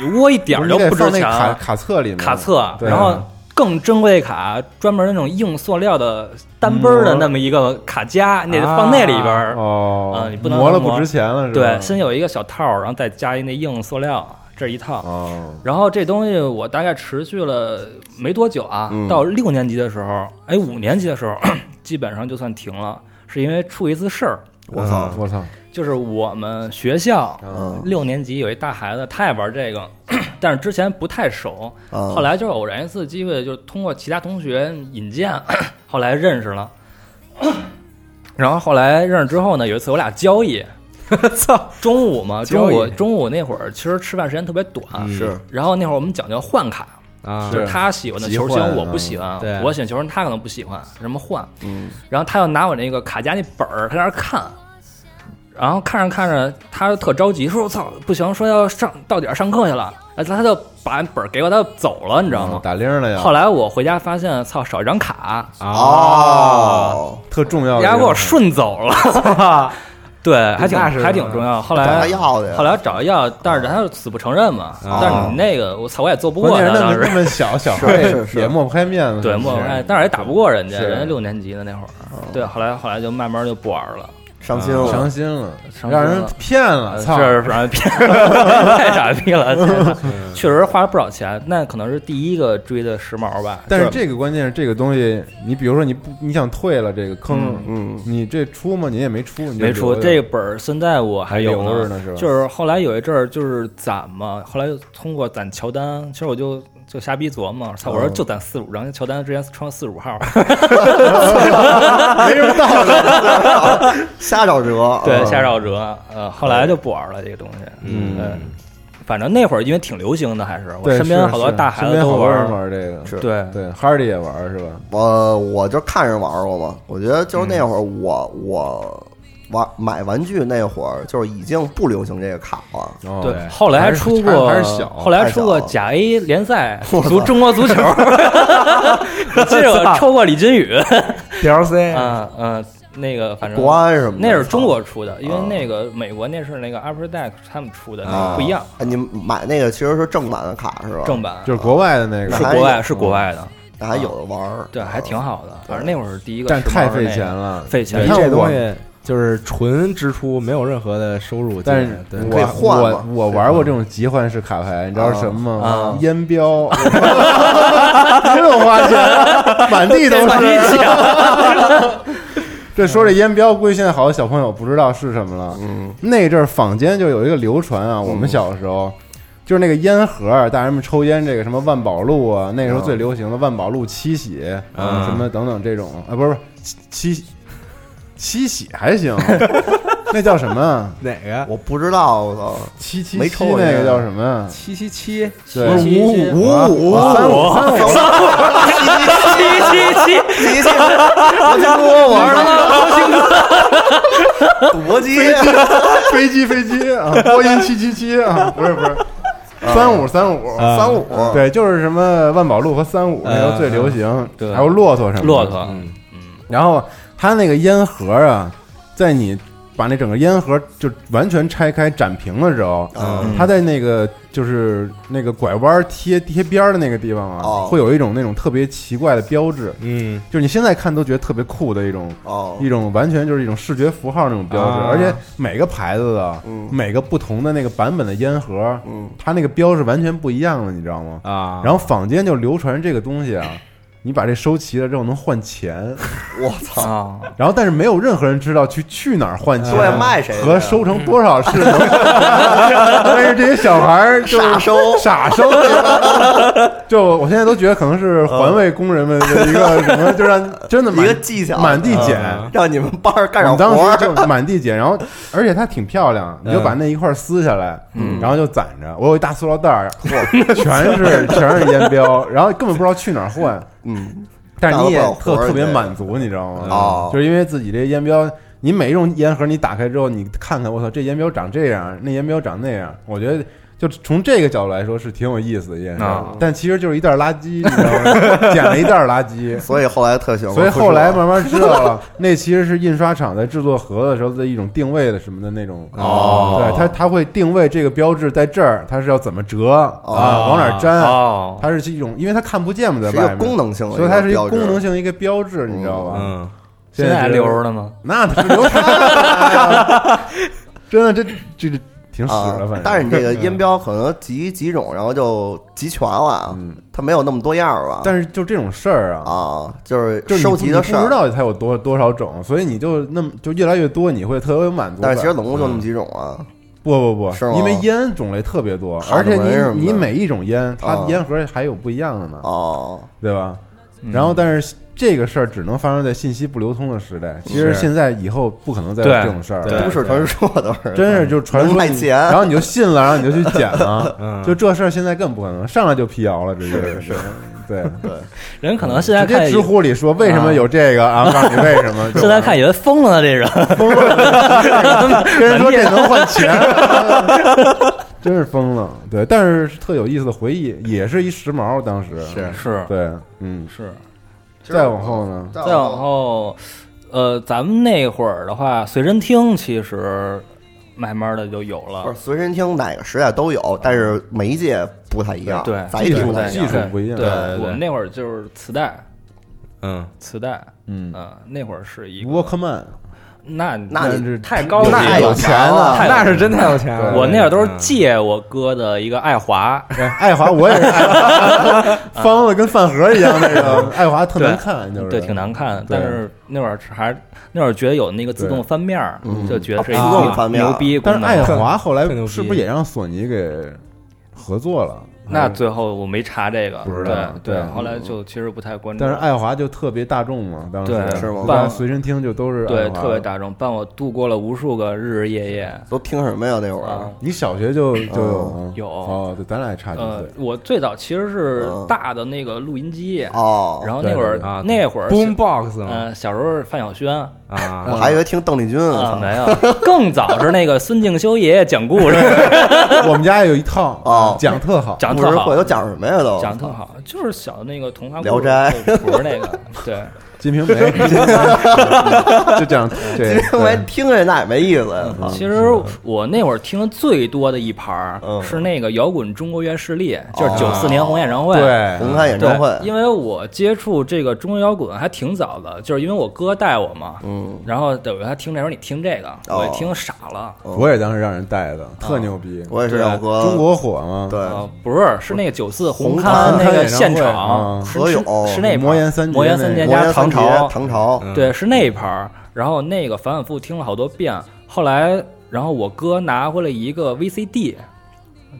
S3: 你窝一点儿
S5: 是
S3: 都
S5: 你得
S3: 不值
S5: 放那
S3: 钱。啊
S5: 卡卡册里面，
S3: 卡册，
S5: 对啊
S3: 然后更珍贵的卡，专门那种硬塑料的单杯儿的那么一个卡夹，你得放那里边儿。
S5: 嗯啊哦
S3: 啊，你不能
S5: 磨了不
S3: 磨
S5: 值钱了，是吧？
S3: 对，先有一个小套儿，然后再加一那硬塑料，这一套。
S5: 哦，
S3: 然后这东西我大概持续了没多久啊，
S8: 嗯
S3: 到六年级的时候，哎，五年级的时候 基本上就算停了，是因为出一次事儿，
S8: 我操，
S5: 嗯我操，
S3: 就是我们学
S5: 啊
S3: 校
S8: 嗯，
S3: 六年级有一大孩子，他也玩这个，但是之前不太熟。后
S4: 嗯
S8: 后
S3: 来就是偶然一次机会，就是通过其他同学引荐，后来认识了。然后后来认识之后呢，有一次我俩交易，
S10: 操，
S3: 中午嘛，
S10: 交
S3: 中
S10: 易
S3: 午中午那会儿其实吃饭时间特别短，
S8: 是。
S3: 然后那会儿我们讲究换卡，
S10: 啊，
S3: 就是他喜欢的球
S5: 急换啊
S3: 星我不喜欢
S10: 对，
S3: 我喜欢球星他可能不喜欢，什么换。
S8: 嗯，
S3: 然后他要拿我那个卡夹那本儿，他在那儿看，然后看着看着，他就特着急，说：“我操，不行，说要上到点儿上课去了。”哎，他就把本儿给我，他就走了，你知道吗？
S5: 嗯打铃儿了呀，
S3: 后来我回家发现，操，少一张卡，
S10: 啊，
S8: 哦，
S5: 特重要
S3: 人
S5: 的一个，
S3: 家给我顺走了，对，还挺
S10: 那是
S3: 还挺重要。后
S8: 打
S3: 来
S8: 要的呀
S3: 后来找要，但是他就死不承认嘛。
S10: 啊
S3: 但是你那个，我操，我也做不过
S5: 关键
S3: 他，
S5: 是那
S3: 当
S5: 么那
S3: 时
S5: 么 小小
S8: 是
S5: 孩
S8: 是是
S5: 也抹不开面子，
S3: 对，
S5: 是不
S3: 莫
S5: 嗯是
S3: 文蔚，但是也打不过人家，
S5: 是哦
S3: 人家六年级的那会儿，对，后来后来就慢慢就不玩
S5: 啊
S3: 了。
S8: 伤心了，
S5: 伤心了，
S3: 嗯伤心
S5: 让人
S3: 了呃
S5: 骗了，操！
S3: 是是 是，太傻逼了，
S5: 嗯
S3: 确实花了不少钱，那可能是第一个追的时髦吧。
S5: 但是这个关键是这个东西，你比如说你不你想退了这个坑，
S8: 嗯，
S5: 你这出吗？你也没出，你就
S3: 没出
S5: 留着
S3: 这个本儿，现在我还有
S5: 还留着呢是吧
S3: 就是后来有一阵儿就是攒嘛，后来又通过攒乔丹，其实我就就瞎逼琢磨，操，我
S5: 嗯
S3: 说就攒四五张，乔丹之前穿四十五 号，
S8: 没什么道 理，瞎找辙，
S3: 对，
S8: 嗯
S3: 瞎绕折，呃，后来就不玩了这个东西，
S10: 嗯
S3: 呃，反正那会儿因为挺流行的，还是我
S5: 对
S3: 身边
S5: 是
S3: 好多
S5: 是
S3: 大孩
S5: 身
S3: 子
S5: 边
S3: 都
S5: 好多
S3: 玩
S5: 人
S3: 儿，
S5: 玩这个，
S8: 是
S3: 对，
S5: 对，哈迪也玩是吧？
S3: 嗯
S8: 我我就看人玩过嘛，我觉得就是那会儿我、我
S4: 玩买玩具那会儿，就是已经不流行这个卡了。
S3: 对，
S10: 哦
S3: 后来出过，后来出过甲 A 联 赛足中国足球，我记得我抽过李金羽
S10: DLC，
S3: 嗯嗯，那个反正
S4: 哎国安什么的
S3: 那是中国出的，因为那个美国那是那个 Upper Deck 他们出的，那
S4: 啊
S3: 个不一样，。
S4: 哎你买那个其实是正版的卡是吧？
S3: 正版
S5: 就是国外的那个，
S3: 是国外是
S4: 嗯
S3: 国外的，
S4: 那还有的玩儿。
S3: 啊对，还挺好的。反正那会儿第一个，
S5: 但太费钱了
S3: 费钱。
S10: 你看这东西就是纯支出，没有任何的收入进
S5: 但
S10: 来。
S5: 是
S10: 对
S5: 我我我玩过这种集换式卡牌，你知道是什么吗
S10: 啊？
S5: 烟标，又花钱，满地都
S10: 满地
S5: 是
S10: 抢。
S5: 这说这烟标，估计现在好多小朋友不知道是什么了。嗯，那阵儿坊间就有一个流传啊，我们小时候。就是那个烟盒，大人们抽烟这个什么万宝路啊，那时候最流行的万宝路七喜，
S10: 嗯
S5: 什么等等这种啊，不是不是七七七喜还行，那叫什么？啊
S10: 哪个？
S4: 我不知道，我操，
S5: 七七
S4: 没
S5: 七
S4: 抽
S10: 啊
S4: 过
S5: 那
S4: 烟啊
S5: 个叫什么呀？
S10: 七七七，
S5: 对，
S10: 七
S5: 五
S10: 七
S5: 五五五三五三五
S3: 七七
S4: 七七，我听说我儿搏击
S5: 飞机飞机飞 机啊，波音七七七啊，不是不是。三五三五
S10: 啊三五啊
S5: 对，就是什么万宝路和三五那时候最流行，
S10: 对
S5: 还有骆驼什么的
S10: 骆驼
S5: 嗯然后它那个烟盒啊，在你把那整个烟盒就完全拆开展平的时候，
S10: 啊
S4: 嗯
S5: 它在那个就是那个拐弯贴贴边儿的那个地方啊，
S4: 哦
S5: 会有一种那种特别奇怪的标志，
S10: 嗯，
S5: 就是你现在看都觉得特别酷的一种
S4: 哦
S5: 一种完全就是一种视觉符号那种标志，
S10: 啊
S5: 而且每个牌子的、每个不同的那个版本的烟盒，
S4: 嗯
S5: 它那个标是完全不一样的，你知道吗？
S10: 啊，
S5: 然后坊间就流传这个东西啊，你把这收齐了之后能换钱，
S4: 我操，
S3: 啊，
S5: 然后但是没有任何人知道去去哪儿换钱，
S4: 对卖谁的
S5: 和收成多少是能， 但是这些小孩儿就
S4: 傻
S5: 是
S4: 收，
S5: 傻收。 就我现在都觉得可能是环卫工人们的一个什么，就让真的满
S4: 一个技巧嗯
S5: 满地捡，
S4: 让你们班儿干
S5: 我
S4: 点
S5: 们当
S4: 活
S5: 时
S4: 儿。
S5: 就满地捡，然后而且它挺漂亮，你就把那一块撕下来，嗯然后就攒着。我有一大塑料袋儿，全是 全是烟标，然后根本不知道去哪儿换。
S4: 嗯，
S5: 但是你也
S4: 大老板活
S5: 特
S4: 儿
S5: 特别
S4: 这
S5: 满足，你知道吗？
S4: 哦
S5: 就是因为自己这烟标，你每一种烟盒你打开之后，你看看，我操，这烟标长这样，那烟标长那样，我觉得。就从这个角度来说是挺有意思的一件事儿
S3: 啊，
S5: 但其实就是一袋垃圾，你知道吗？ 捡了一袋垃圾，
S4: 所以后来特喜欢，
S5: 所以后
S4: 啊
S5: 来慢慢知道了，那其实是印刷厂在制作盒的时候的一种定位的什么的那种
S4: 哦
S5: 对，它它会定位这个标志在这儿，它是要怎么折啊，往哪儿粘，
S3: 哦
S5: 它是一种，因为它看不见嘛，在
S4: 是一个
S5: 外面，
S4: 功能性的一
S5: 所
S4: 个
S5: 以它是一
S4: 标
S5: 个
S4: 志
S5: 功能性的一个标志，你知道吧？
S10: 嗯，
S3: 现在还
S5: 觉得
S3: 留着呢吗？
S5: 那它是流传 的呀，真的这这这挺屎
S4: 啊
S5: 的，反正。，
S4: 但是你 这个音标可能集几种，然后就集全了啊
S5: 嗯，
S4: 它没有那么多样儿了。
S5: 但是就这种事儿啊。
S4: 啊，就是
S5: 就是你
S4: 收集的
S5: 你
S4: 事
S5: 不知
S4: 儿，
S5: 道它有多多少种，所以你就那么就越来越多，你会特别有满足
S4: 但
S5: 感。
S4: 是其实总共
S5: 嗯
S4: 就那么几种啊。
S5: 不不
S4: 是
S5: 不
S4: 吗，
S5: 因为烟种类特别多，
S4: 卡
S5: 而
S4: 着
S5: 且
S4: 门什么
S5: 你
S4: 的
S5: 你每一种烟，它
S4: 啊
S5: 烟盒还有不一样的呢，
S4: 哦，
S5: 对吧？
S3: 嗯
S5: 然后，但是这个事儿只能发生在信息不流通的时
S4: 嗯
S5: 代。其实现在以后不可能再有
S3: 对
S5: 这种事儿了，
S4: 啊都市传说都是，
S5: 真是就传
S4: 能
S5: 说
S4: 卖
S5: 你，
S4: 钱
S5: 然后你就信了，然后你就去捡了
S10: 嗯，
S5: 就这事儿现在更不可能，上来就辟谣了，直接是，对，
S3: 人可能现在
S5: 嗯直接
S3: 看
S5: 知乎里说为什么有这个啊？告诉你为什 么，
S3: 现在看以为疯了呢，这人疯了，
S5: 跟人说这能换钱， 真是疯了。对，但是是特有意思的回忆，也是一时髦，当时 是
S3: 是
S5: 对，嗯，
S3: 是。
S5: 再往后呢，
S4: 再
S3: 再往，后，呃，咱们那会儿的话，随身听其实慢慢的就有
S4: 不
S3: 了
S4: 是，随身听哪个时代都有，但是媒介不太一样，
S3: 对对
S4: 载体不太一
S5: 技
S4: 样
S5: 术。不一样，
S3: 对
S10: 对对
S3: 我们那会儿就是磁带，
S10: 嗯，
S3: 磁带，
S5: 嗯
S3: 啊，那会儿是一
S5: 沃
S3: 个，
S5: 嗯克曼，
S3: 那
S4: 那你
S5: 是
S3: 太高级
S4: 那
S3: 了，
S4: 有钱了
S3: 太
S10: 那是真太有钱了。
S3: 我那会儿都是
S10: 嗯
S3: 借我哥的一个爱华，
S5: 哎爱华我也 是爱华，方的跟饭盒一样那个，爱华特难看，就是
S3: 对，挺难看的。
S5: 嗯对
S3: 但是那会儿还那会儿觉得有那个自动翻面儿，就觉得是一
S4: 啊自动翻面儿
S3: 牛逼功
S5: 但是
S3: 能。
S5: 爱华后来
S10: 特牛逼
S5: 是不是也让索尼给合作了？
S3: 那最后我没查这个，
S5: 不知道
S3: 对
S5: 对
S3: 后来就其实不太关注。
S5: 但是爱华就特别大众嘛，当时
S3: 嗯对是吗
S5: 我当时随身听就都是
S3: 对
S5: 爱华
S3: 特别大众，伴我度过了无数个日日夜夜。
S4: 都听什么呀？那会
S3: 啊
S4: 儿
S5: 你小学就就有
S3: 嗯
S5: 吗
S3: 有
S5: 哦，对，咱俩也差几
S3: 呃
S5: 岁，，
S3: 我最早其实是大的那个录音机
S4: 嗯哦
S3: 然后那会儿
S4: 对
S5: 啊
S4: 对对
S3: 那会儿是
S10: Boombox 嘛
S3: 嗯，小时候是范晓萱
S10: 啊
S4: 我还以为听邓丽君
S3: 啊
S4: 呢，
S3: 没有， 更早是那个孙敬修爷爷讲故事，
S5: 我们家有一套
S4: 哦，
S5: 讲特好，
S3: 讲
S4: 故
S3: 特
S4: 事
S3: 好
S4: 会，都讲什么呀？都
S3: 讲特好，就是小那个童话故事
S4: 聊斋
S3: 就不是那个，对，
S5: 《金瓶梅》 ，就讲对，
S4: 听完听着那也没意思呀。操
S3: 其实我那会儿听的最多的一盘
S4: 嗯
S3: 儿是那个摇滚中国乐势力，就是九四年红演唱会。
S5: 对
S4: 红啊开演唱会
S3: 对，因为我接触这个中国摇滚还挺早的，就是因为我哥带我嘛，
S4: 嗯，
S3: 然后等于他听这时候你听这个，
S4: 哦
S3: 我一听傻了，
S5: 我也当时让人带
S3: 哦
S5: 的，特牛逼，
S4: 我也是要和
S5: 中国火嘛，
S4: 对
S3: 啊，不是，是那个九四红
S4: 嗯红嗯
S3: 勘
S4: 勘
S3: 那个
S5: 演唱
S3: 现
S5: 会
S3: 场
S5: 啊，
S3: 是
S4: 何
S3: 是
S4: 勇
S3: 是那盘儿
S5: 魔岩三杰
S3: 魔岩
S5: 那
S3: 三
S5: 个
S3: 杰
S4: 国
S3: 加
S4: 家
S3: 唐朝，
S4: 唐朝，
S10: 嗯
S3: 对，是那一盘儿。然后那个反反复听了好多遍，后来然后我哥拿回来一个 VCD，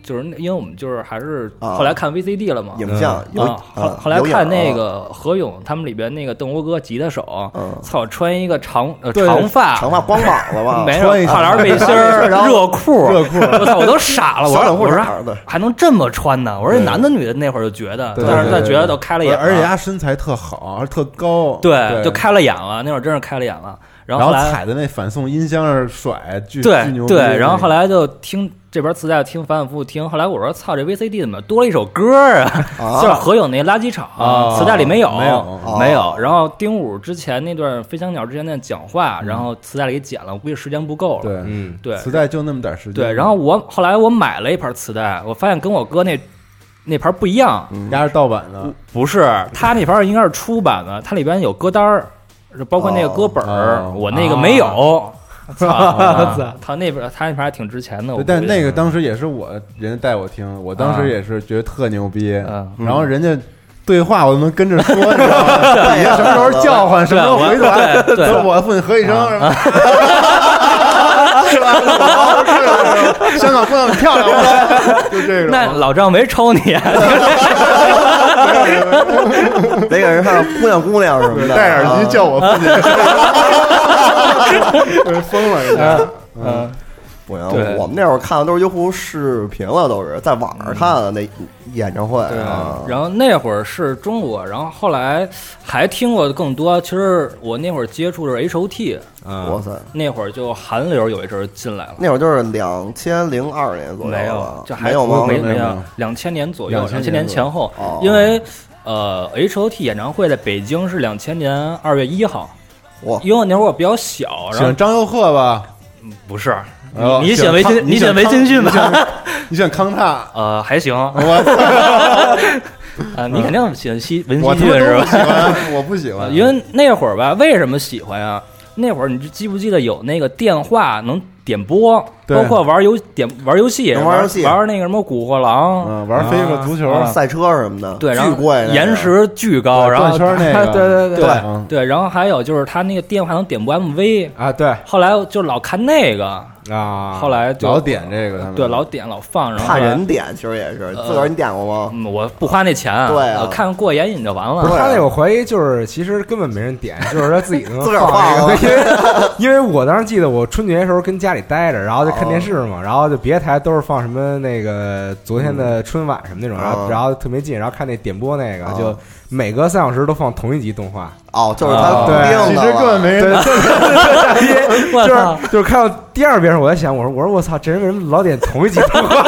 S3: 就是那因为我们就是还是
S4: 啊
S3: 后来看 VCD 了嘛。
S5: 嗯
S4: 影像有
S3: 啊，后
S4: 啊
S3: 后来
S4: 有影
S3: 看那
S4: 啊
S3: 个何勇他们里边那个邓国哥吉他手
S4: 嗯，
S3: 操，穿一个长呃
S5: 对
S3: 长发，
S4: 长发啊光膀子 吧，
S3: 没
S5: 穿一
S3: 有跨栏背心儿、
S4: 然后
S3: 热裤，
S5: 热裤
S3: 我操，我都傻啊了，我说
S4: 小短裤
S3: 我说
S4: 衩子
S3: 还能这么穿呢？我说这男的女的那会儿就觉得，
S5: 对
S3: 但是
S5: 对
S3: 但
S5: 对
S3: 觉得都开了眼了，
S5: 而且他身材特好，还特高，
S3: 对就开了眼了，那会儿真是开了眼了。然
S5: 然后
S3: 后来
S5: 踩在那反送音箱上甩，巨巨
S3: 对
S5: 牛逼
S3: 对
S5: 那，个
S3: 然后后来就听这边磁带听反反复复听，后来我说操，这 VCD 怎么多了一首歌啊？ 就是何勇那垃圾场、
S5: 哦
S3: 磁带里没有，
S5: 没有
S4: 哦
S3: 没有然后丁武之前那段飞翔鸟之前那讲话，然后磁带里给剪了，我估计时间不够了。
S5: 嗯对，
S10: 嗯，
S3: 对
S5: 磁带就那么点时间，
S3: 对，然后我后来我买了一盘磁带，我发现跟我哥那那盘不一样，
S5: 嗯压着盗版的，
S3: 不是他那盘应该是出版的，它里边有歌单儿，包括那个歌本儿，
S5: 哦
S3: 我那个没有。哦操、 他那边他那盘还挺值钱的，哦我嗯啊
S5: 对，但
S3: 估计
S5: 那个当时也是我人家带我听，我当时也是觉得特牛逼，
S3: 啊
S5: 然后人家对话我都能跟着说，你知道吗？对什么时候叫唤，什么时候回团，
S3: 对对啊
S5: 说 我父亲何一生什么。是吧？ 是是是香港姑娘漂亮吗？ 就这种，
S3: 那老赵没抽 你、啊，
S4: 得给人看姑娘姑娘什么 的，
S5: 戴耳机
S4: 啊
S5: 叫我父 亲，我疯了人
S3: 嗯
S5: 家。嗯
S4: 不行
S3: 对，嗯
S4: 我们那会儿看的都是优酷视频了，都是在网上看的那演唱会啊。
S3: 然后那会儿是中国，然后后来还听过更多。其实我那会儿接触的是 H O T，
S4: 哇塞，
S3: 那会儿就韩流有一阵儿进来了。
S4: 那会儿就是两千零二年左右
S3: 没
S4: 吧
S3: 有，，就还
S4: 没有吗？
S3: 没
S5: 没有没
S3: 有
S5: 有，
S3: 两千年左右，
S5: 2000
S3: 两千年前后
S4: 左右哦，
S3: 因为呃，H O T 演唱会在北京是两千年二月一号。
S4: 哇
S3: 因为那会儿我比较小，
S5: 喜
S3: 然后
S5: 欢张佑赫吧？
S3: 不是
S5: 哎呦
S3: 你你选
S5: 喜欢
S3: 维
S5: 康
S3: 金，
S5: 你
S3: 你
S5: 选
S3: 选维
S5: 康
S3: 金俊
S5: 你选
S3: 吧？
S5: 你选康 纳，
S3: 呃，还行啊，
S5: 我
S3: 你肯定喜欢西文
S5: 我
S3: 西
S5: 他妈
S3: 俊是
S5: 都
S3: 吧
S5: 不？喜欢，我不喜
S3: 啊，
S5: 欢，
S3: 因为那会儿吧，为什么喜欢啊？那会儿你记不记得有那个电话能点播，
S5: 对
S3: 包括玩游点玩游戏，
S4: 能玩
S3: 玩
S4: 游戏
S3: 玩那个什么古惑狼，
S5: 嗯玩飞个足球，
S3: 啊
S4: 赛车什么的，
S3: 对，然
S4: 巨
S3: 后
S4: 贵那个，
S3: 延时巨高，
S5: 对
S3: 然后
S5: 转圈 儿那个
S3: 对对
S4: 对
S5: 嗯
S3: 对，然后还有就是他那个电话能点播 MV，
S10: 啊，对
S3: 后来就老看那个，
S10: 啊，
S3: 后来就
S5: 老点这个，他们啊
S3: 对老点老放，然后
S4: 看
S3: 后来
S4: 人点，其实也是自个儿你点过吗？
S3: 嗯我不花那钱，
S4: 对啊
S3: 我看过眼瘾就完
S10: 不是
S3: 了，
S10: 他那我怀疑就是其实根本没人点，就是他自己能
S4: 自个儿
S10: 放
S4: 放
S10: 这个， 因为因为我当时记得我春节的时候跟家里待着，然后就看电视嘛，然后就别的台都是放什么那个昨天的春晚什么那种，然
S4: 哦
S10: 后然后特没劲，然后看那点播那个
S4: 哦
S10: 就每隔三小时都放同一集动画，
S4: 哦，就是它
S3: 啊
S4: 固
S10: 对
S4: 定
S5: 其
S4: 的
S5: 实根本
S4: 了，
S5: 没人
S10: 对，
S3: 我
S10: 就
S3: 操！
S10: 是就是看到第二遍的时候，我在想，我说我说我操，这人为什么老点同一集动画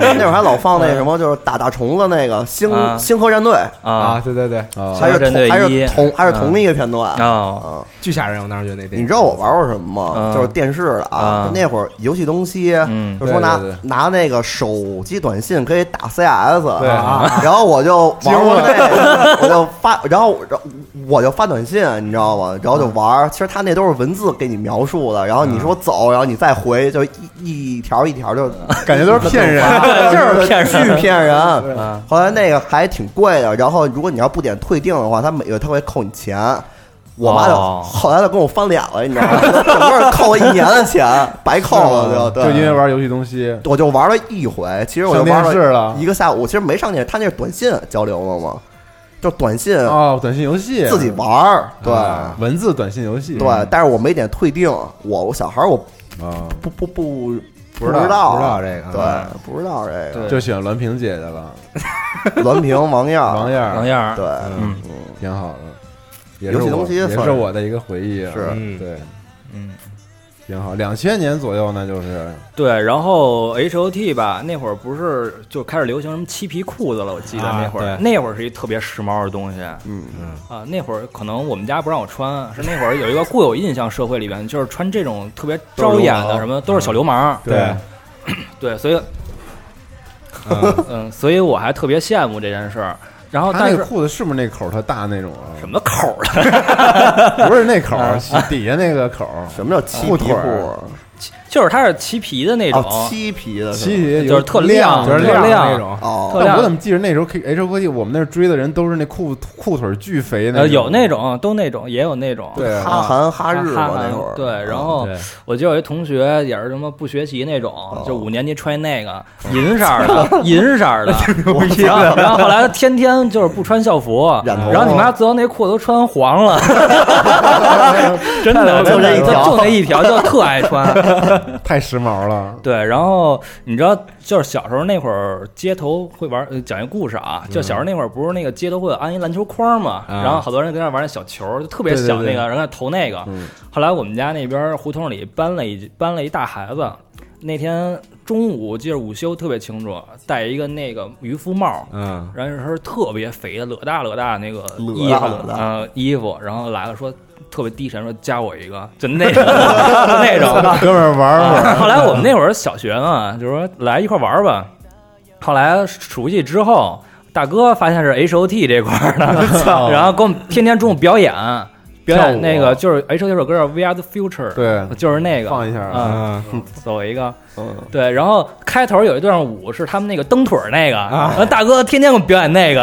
S4: 那会儿还老放那什么，就是打大虫子那个星
S3: 啊
S4: 星河战队，
S10: 啊？
S3: 啊
S10: 对对对，
S5: 啊
S4: 还是
S3: 星河战队
S4: 同还
S3: 一
S4: 是同还是同
S3: 嗯
S4: 一个片段
S3: 啊，
S4: 啊。
S10: 巨吓人！我当时觉得那电
S4: 你
S10: 影
S4: 知道我玩过什么吗？
S3: 嗯
S4: 就是电视的啊，
S3: 嗯
S4: 那会儿游戏东西，
S3: 嗯
S4: 就说拿
S5: 对对
S4: 拿那个手机短信可以打 CS，
S5: 对啊
S4: 然后 我就玩过那个，我就发，然后然后我就发短信，你知道吗？然后就玩，其实他那都是文字给你描述的，然后你说走，然后你再回，就一一条一条就
S5: 感觉都是骗人，
S3: 就是骗人
S4: 巨骗人。后来那个还挺贵的，然后如果你要不点退订的话，他每个月他会扣你钱。我妈就
S9: 哦
S4: 后来就跟我翻脸了，你知道吗？ 整个扣我一年的钱，白扣
S3: 哦
S4: 了，就
S5: 就因为玩游戏东西，
S4: 我就玩了一回，其实我就玩
S5: 上电视了
S4: 一个下午，我其实没上电视，他那是短信交流了嘛，就短信
S5: 哦，短信游戏
S4: 自己玩儿，对，
S5: 啊文字短信游戏，
S4: 对，但是我没点退订，我我小孩儿我
S5: 啊，
S4: 不不不
S5: 不
S4: 知
S5: 知道
S4: 道
S5: 不知道这个啊
S4: 对，不知道这个，
S5: 就喜欢栾平姐姐了，
S4: 栾平王燕
S5: 王燕儿
S3: 王燕儿
S4: 对，
S3: 嗯，
S5: 挺好的，也是
S4: 游戏
S5: 我
S4: 东西
S5: 也
S4: 算
S5: 是我的一个回忆啊，
S4: 是
S5: 嗯对，嗯，挺好，两千年左右那就是
S3: 对，然后 H O T 吧，那会儿不是就开始流行什么漆皮裤子了？我记得
S10: 啊
S3: 那会儿，
S10: 对
S3: 那会儿是一特别时髦的东西。
S4: 嗯
S3: 啊，那会儿可能我们家不让我穿，是那会儿有一个固有印象，社会里边就是穿这种特别招眼的什么都是小流氓。
S10: 对，
S3: 对，所以， 嗯，所以我还特别羡慕这件事儿。然后，
S5: 他
S3: 哦但
S5: 那
S3: 是
S5: 个裤子是不是那口儿特大那种啊？
S3: 什么口儿的？
S5: 不是那口
S3: 啊
S5: 儿，底下那个口儿，
S4: 什么叫漆
S5: 裤
S4: 皮
S5: 腿儿
S4: 裤？
S3: 就是它是漆皮的那种，
S4: 哦，漆皮的
S5: 漆皮有
S3: 就是特亮，
S5: 就是
S3: 亮
S5: 亮
S3: 那
S5: 那种。
S4: 哦，
S3: 特
S5: 但
S3: 亮
S5: 我怎么记着那时候 K 哎 H O T 我们那儿追的人都是那裤裤腿儿巨肥那
S3: 呃，
S5: 种，
S3: 有那种，都那种，也有那种。
S5: 对
S4: 哈韩哈日
S3: 哈
S4: 嘛
S3: 韩
S4: 那会儿，啊
S3: 对，然后
S9: 对
S3: 我就有一同学也是什么不学习那种，就五年级穿那个银色儿的，银色儿的，然后然后后来天天就是不穿校服，
S4: 染头
S3: 然后你妈最后那裤子都穿黄了，真的
S4: 就这一条
S3: 就那一条，就特爱穿。
S5: 太时髦了。
S3: 对，然后你知道，就是小时候那会儿，街头会玩，呃讲一个故事啊，就小时候那会儿不是那个街头会有安一篮球框嘛，
S10: 啊
S3: 然后好多人跟那玩那小球儿，就特别小那
S5: 对对
S3: 个，
S5: 对
S3: 然后在投那个。后来我们家那边儿胡同里搬了一搬了一大孩子，那天中午记得午休特别清楚，戴一个那个渔夫帽。
S10: 嗯，
S3: 然后是特别肥的，裸大裸大那个衣
S4: 裸大
S3: 服
S4: 裸，大
S3: 呃，衣服，然后来了说特别低沉说加我一个，就那种 那种，
S5: 哥们儿玩会儿，
S3: 啊 后来我们那会儿小学嘛，就说来一块儿玩儿吧。后来熟悉之后，大哥发现是 H O T 这块儿
S5: 哦
S3: 的，然后给我们天天中午表演，表演那个就是 H O T 这首歌叫《We Are the Future》，
S5: 啊对，
S3: 就是那个
S5: 放一下嗯啊
S3: 啊，
S10: 嗯，
S3: 走一个，对，然后开头有一段舞是他们那个蹬腿儿那个，
S5: 啊
S3: 然后大哥天天给我们表演 那个，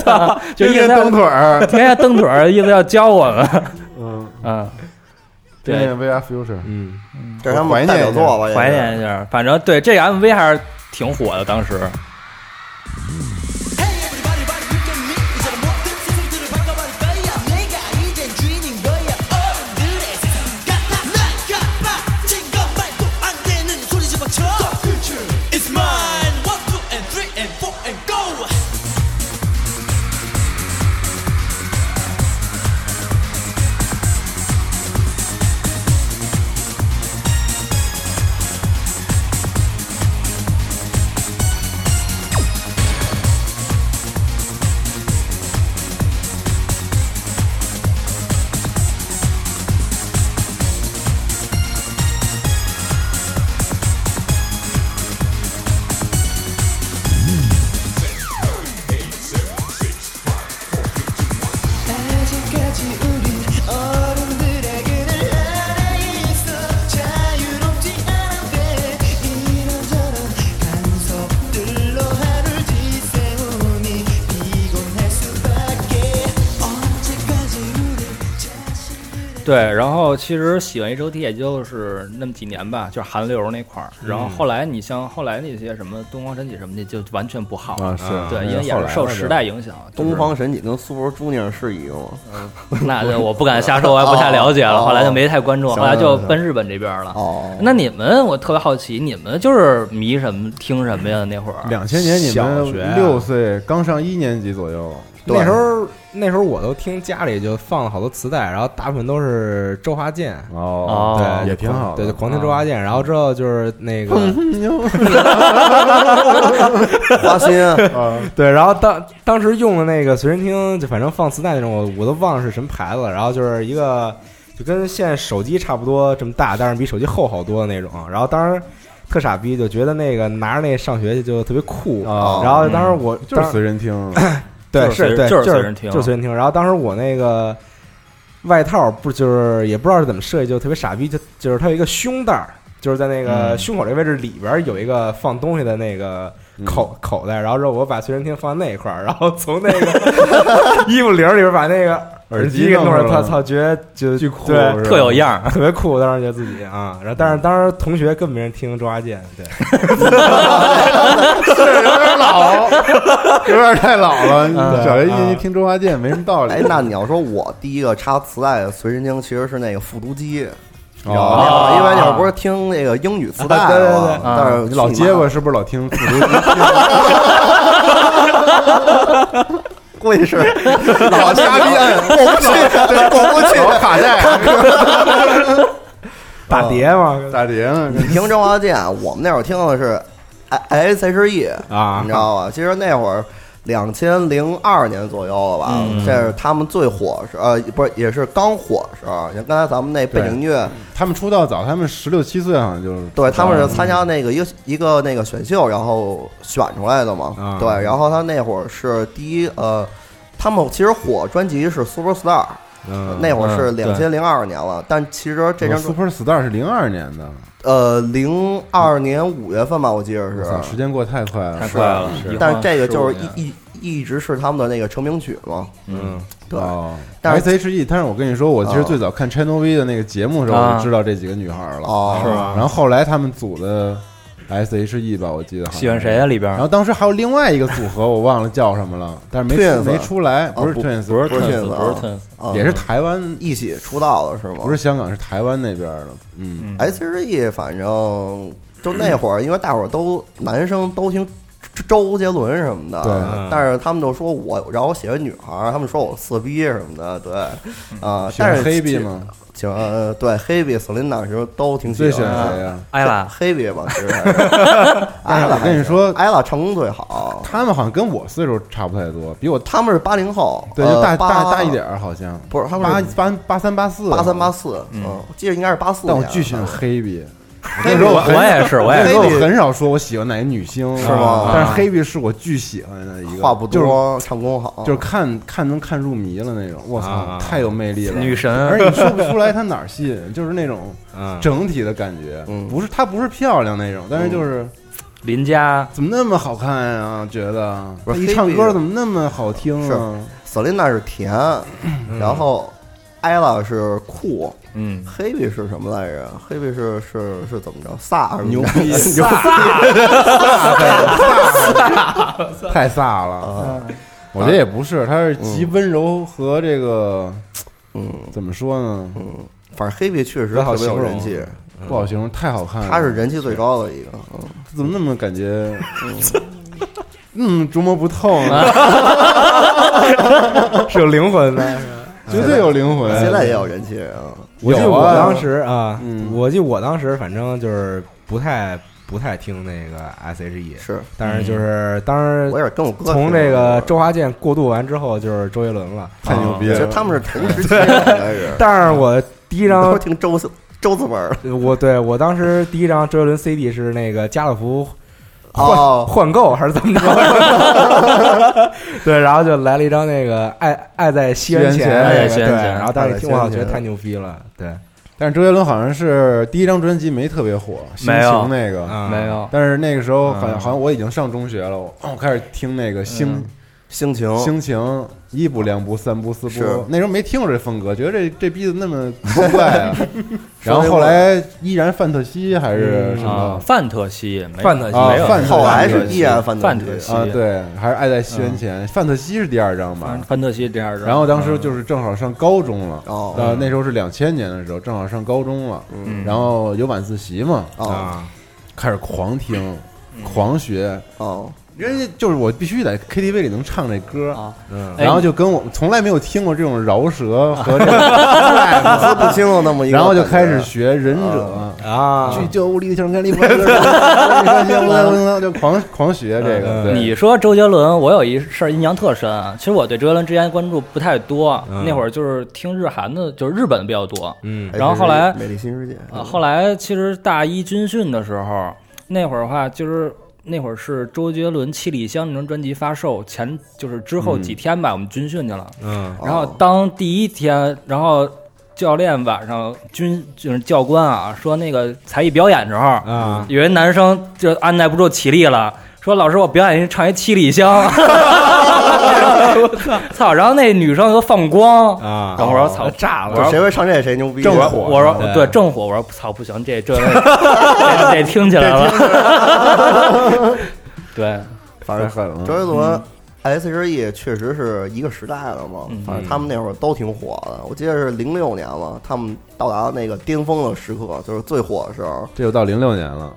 S3: 操就意
S5: 天
S3: 思
S5: 天
S3: 要
S5: 蹬腿儿，
S3: 天天蹬腿儿，意思要教我们，
S5: 嗯，
S3: 嗯，
S5: 对
S3: 对，
S5: ，VR Future，
S4: 这是他们代表作吧？也是
S3: 怀念一下。反正对这个 MV 还是挺火的，当时。对，然后其实喜欢 H O T 也就是那么几年吧，就是韩流那块儿。然后后来你像后来那些什么东方神起什么的，就完全不好了。
S5: 啊是
S3: 对，因为也
S5: 后
S3: 是
S5: 来
S3: 受
S5: 了
S3: 时
S5: 就
S3: 代影响。就是
S4: 东方神起跟 Super Junior 是一个吗？
S3: 那就我不敢瞎说，我还不太了解了。
S4: 哦
S3: 后来就没太关注，
S4: 行
S3: 后来就奔日本这边了。
S4: 哦，
S3: 那你们，我特别好奇，你们就是迷什么听什么呀？那会儿
S5: 两千年你
S10: 小学
S5: 们
S10: 啊
S5: 六岁，刚上一年级左右，
S10: 那时候那时候我都听家里就放了好多磁带，然后大部分都是周华健，
S5: 哦
S10: 对，
S5: 也挺好的嗯
S10: 对，就狂听周华健，然后之后就是那个，
S4: 花心
S5: 啊
S10: 对，然后当当时用的那个随身听，就反正放磁带那种，我我都忘了是什么牌子了，然后就是一个就跟现在手机差不多这么大，但是比手机厚好多的那种，然后当时。特傻逼，就觉得那个拿着那上学去就特别酷，
S5: 哦
S10: 然后当时我
S5: 就
S10: 当
S5: 是
S10: 时
S5: 随身听，
S10: 对，
S3: 就是随
S10: 对，
S3: 就是
S10: 就
S3: 随身听
S10: 就是随身听。然后当时我那个外套不就是也不知道是怎么设计，就特别傻逼，就就是它有一个胸带儿，就是在那
S3: 嗯
S10: 个胸口这位置里边儿有一个放东西的那个
S3: 嗯
S10: 口、 口袋，然后之后我把随身听放那一块儿，然后从那个衣服领儿里边儿把那个。耳
S5: 机
S10: 给弄
S5: 上
S10: 上，他操，觉得就巨酷
S3: 是吧特有样儿
S10: 特别酷。当时觉得自己啊，然后但是当时同学更没人听周华健，
S3: 哦
S10: 对，
S5: 是有点老，有点太老了。你
S4: 嗯
S5: 小学一年级听周华健没什么道理。哦
S4: 哎，那你要说我第一个插磁带的随身听其实是那个复读机。
S5: 哦
S4: 你知道吗因为那会儿不是听那个英语磁带吗？
S5: 对对对，
S4: 但啊是
S5: 你老
S4: 去你
S5: 结
S4: 妈
S5: 巴是不是老听复 读机？
S4: 估计是
S5: 老哎瞎逼摁
S4: 过不去，对，过不去，
S5: 老卡带
S10: 大碟嘛，
S5: 大碟嘛。
S4: 你听周华健，我们那会儿听的是 S H E
S10: 啊
S4: 你知道吧？其实那会儿。两千零二年左右了吧，
S10: 嗯
S4: 这是他们最火时，呃，不是，也是刚火时候。像刚才咱们那背景音乐，
S5: 他们出道早，他们十六七岁好像就是。
S4: 对，他们是参加那个一个一个那个选秀，然后选出来的嘛。
S5: 啊
S4: 对，然后他那会儿是第一，呃，他们其实火专辑是 Super Star，、
S5: 嗯
S4: 那会儿是
S5: 嗯
S4: 两千零二年了，但其实这张专
S5: Super Star 是零二年的，
S4: 呃，零二年五月份吧，我记得
S5: 我操
S4: 是。啊
S5: 时间过得太快了，
S4: 是但是这个就是一一一直是他们的那个成名曲嘛。
S5: 嗯，
S4: 对。但是
S5: S H E，但是我跟你说，我其实
S4: 啊
S5: 最早看 Channel V 的那个节目的时候，我
S4: 啊
S5: 就知道这几个女孩了，啊
S4: 哦是吧
S5: 然后后来他们组的 S H E 吧，我记得好像
S3: 喜欢谁啊里边
S5: 然后当时还有另外一个组合，我忘了叫什么了，但是没
S4: Twins
S5: 没出来，不是
S4: 啊不
S5: Twins，
S4: 不是 Twins，
S5: 不
S4: 啊
S5: 是 Twins，
S4: 啊
S5: 也是台湾
S4: 一起出道的是吗？
S5: 不是香港，是台湾那边的，嗯
S4: S H E，反正就那会儿，因为大伙儿都男生都听周周杰伦什么的，
S5: 对嗯
S4: 但是他们就说我让我写个女孩儿，他们说我色逼什么 的，对，啊、
S5: 喜欢
S4: 但是
S5: 黑逼
S4: 其
S5: 吗？
S4: 喜欢呃对黑比、索琳娜什么都挺喜
S5: 最
S4: 欢。
S5: 喜欢谁呀
S3: 艾 拉
S4: 黑比吧，其实
S5: 但
S4: 艾
S5: 是
S4: 拉
S5: 我跟你说，
S4: 艾拉成功最好，
S5: 他们好像跟我岁数差不太多，比我
S4: 他们是八零后，
S5: 对，就大大
S4: 呃八
S5: 大一点儿好像，
S4: 不是他
S5: 八
S4: 们是
S5: 八八三八四啊
S4: 八三八四，嗯，我记得应该是八四。
S5: 但我巨喜欢黑 比。我跟
S4: 黑
S5: 你
S4: 比
S5: 说，很
S4: 我 也是我也是
S5: 我跟你说我很少说我喜欢哪个女星，啊
S4: 是吗
S5: 但是黑比是我巨喜欢的一个，
S4: 话不
S5: 就是
S4: 多，唱功好，
S5: 就是看看能看入迷了那种，我操，
S4: 啊
S5: 太有魅力了，
S4: 女神
S5: 而你说不出来她哪儿吸引，就是那种
S10: 嗯
S4: 啊
S5: 整体的感觉，
S4: 嗯
S5: 不是她不是漂亮那种，但是就是
S3: 邻家
S5: 怎么那么好看呀？觉得
S4: 不
S5: 她
S4: 是
S5: 一
S4: 黑
S5: 唱
S4: 比
S5: 歌怎么那么好听
S4: 是
S5: 啊？
S4: 索琳娜是甜，
S5: 嗯
S4: 然后艾拉是酷，
S3: 嗯，
S4: 黑比是什么来着？黑比是是是怎么着？飒是吗
S5: 牛逼
S4: 牛逼，
S5: 飒
S4: 飒
S5: 太飒
S4: 啊
S5: 了。我觉得也不是，他是集温柔和这个，
S4: 嗯，
S5: 怎么说呢？
S4: 嗯，反正黑比确实
S5: 不好
S4: 特别
S5: 形
S4: 有
S5: 容嗯
S4: 人气，
S5: 不好形容，太好看了。
S4: 他是人气最高的一个，嗯
S5: 他怎么那么感觉？嗯，琢磨不透呢，
S4: 啊
S10: 是有灵魂 的，
S5: 绝对有灵魂。
S4: 嗯现在也有人气啊。
S10: 我记得
S5: 有
S10: 我
S5: 啊
S10: 当时啊
S5: 嗯，
S10: 我记得我当时反正就是不太不太听那个 S H E，
S4: 是，
S10: 但是就是当时
S5: 呃
S4: 我也是跟我哥
S10: 从
S4: 听
S10: 这
S4: 的啊
S10: 个周华健过渡完之后，就是周杰伦了，。
S5: 太牛逼了
S4: 其实他们是同时期的，应该是
S10: 但是我第一
S4: 都
S10: 张
S4: 是听周四周子文儿，
S10: 我对我当时第一张周杰伦 CD 是那个家乐福换、
S4: 哦
S10: 换购还是怎么 着？对，然后就来了一张那个《爱爱在西元前》那个，对，然后当时一听我操觉得太牛逼了，对。
S5: 但是周杰伦好像是第一张专辑没特别火，心
S10: 没有
S5: 情那个
S4: 啊
S10: 嗯没有
S5: 但是那个时候好像
S10: 嗯
S5: 好像我已经上中学了，我哦我开始听那个星
S4: 嗯星情
S5: 星情一步两步三步四步
S4: 是，。
S5: 那时候没听过这风格，觉得这这逼怎么那么奇怪啊然后后来依然范特西还是什
S3: 啊，
S5: 么？
S3: 范特西，没
S5: 范特西
S3: 没
S5: 啊
S3: 有，
S5: 范特西后来是
S4: 依然范特西
S3: 范特西
S5: 啊，对，还是爱在西元前。范特西是第二张吧
S10: 嗯
S3: 范？范特西这样的。
S5: 然后当时就是正好上高中了，
S4: 哦
S5: 呃，那时候是两千年的时候，正好上高中了，
S4: 嗯
S5: 然后有晚自习嘛，
S10: 啊
S4: 哦，
S5: 开始狂听，狂学，
S4: 哦，
S5: 人家就是我必须在 KTV 里能唱这歌，嗯，
S4: 哎
S5: 然后就跟我从来没有听过这种饶舌和这
S4: 说
S5: 种
S4: 不清楚那么一个
S5: 然后就
S4: 感觉
S5: 开始学忍者
S10: 啊
S5: 去救无力的小人看力不能就狂狂学这个，对
S3: 你说周杰伦，我有一事儿印象特深。其实我对周杰伦之前关注不太多，
S4: 嗯
S3: 那会儿就是听日韩的，就是日本的比较多。
S10: 嗯
S3: 然后后来
S4: 美丽新世界
S5: 嗯
S3: 啊，后来其实大一军训的时候，那会儿的话就是。那会儿是周杰伦《七里香》那张专辑发售前，就是之后几天吧，我们军训去了。
S10: 嗯
S3: 然后当第一天，然后教练晚上军就是教官啊，说那个才艺表演时候，
S10: 啊，
S3: 有一男生就按耐不住起立了，说老师，我表演一唱一七里香， 操！然后那女生都放光
S10: 啊
S3: 然后我说操，炸了！我说嗯
S4: 谁会唱这谁牛逼？啊
S3: 正火，我说对正火，我说操不行，这这这这听起来 了，对，
S4: 反正
S5: 狠了
S4: 周杰伦、S H E 确实是一个时代了嘛，反正他们那会儿都挺火的。我记得是零六年嘛，他们到达那个巅峰的时刻，就是最火的时候。
S5: 这就到零六年了，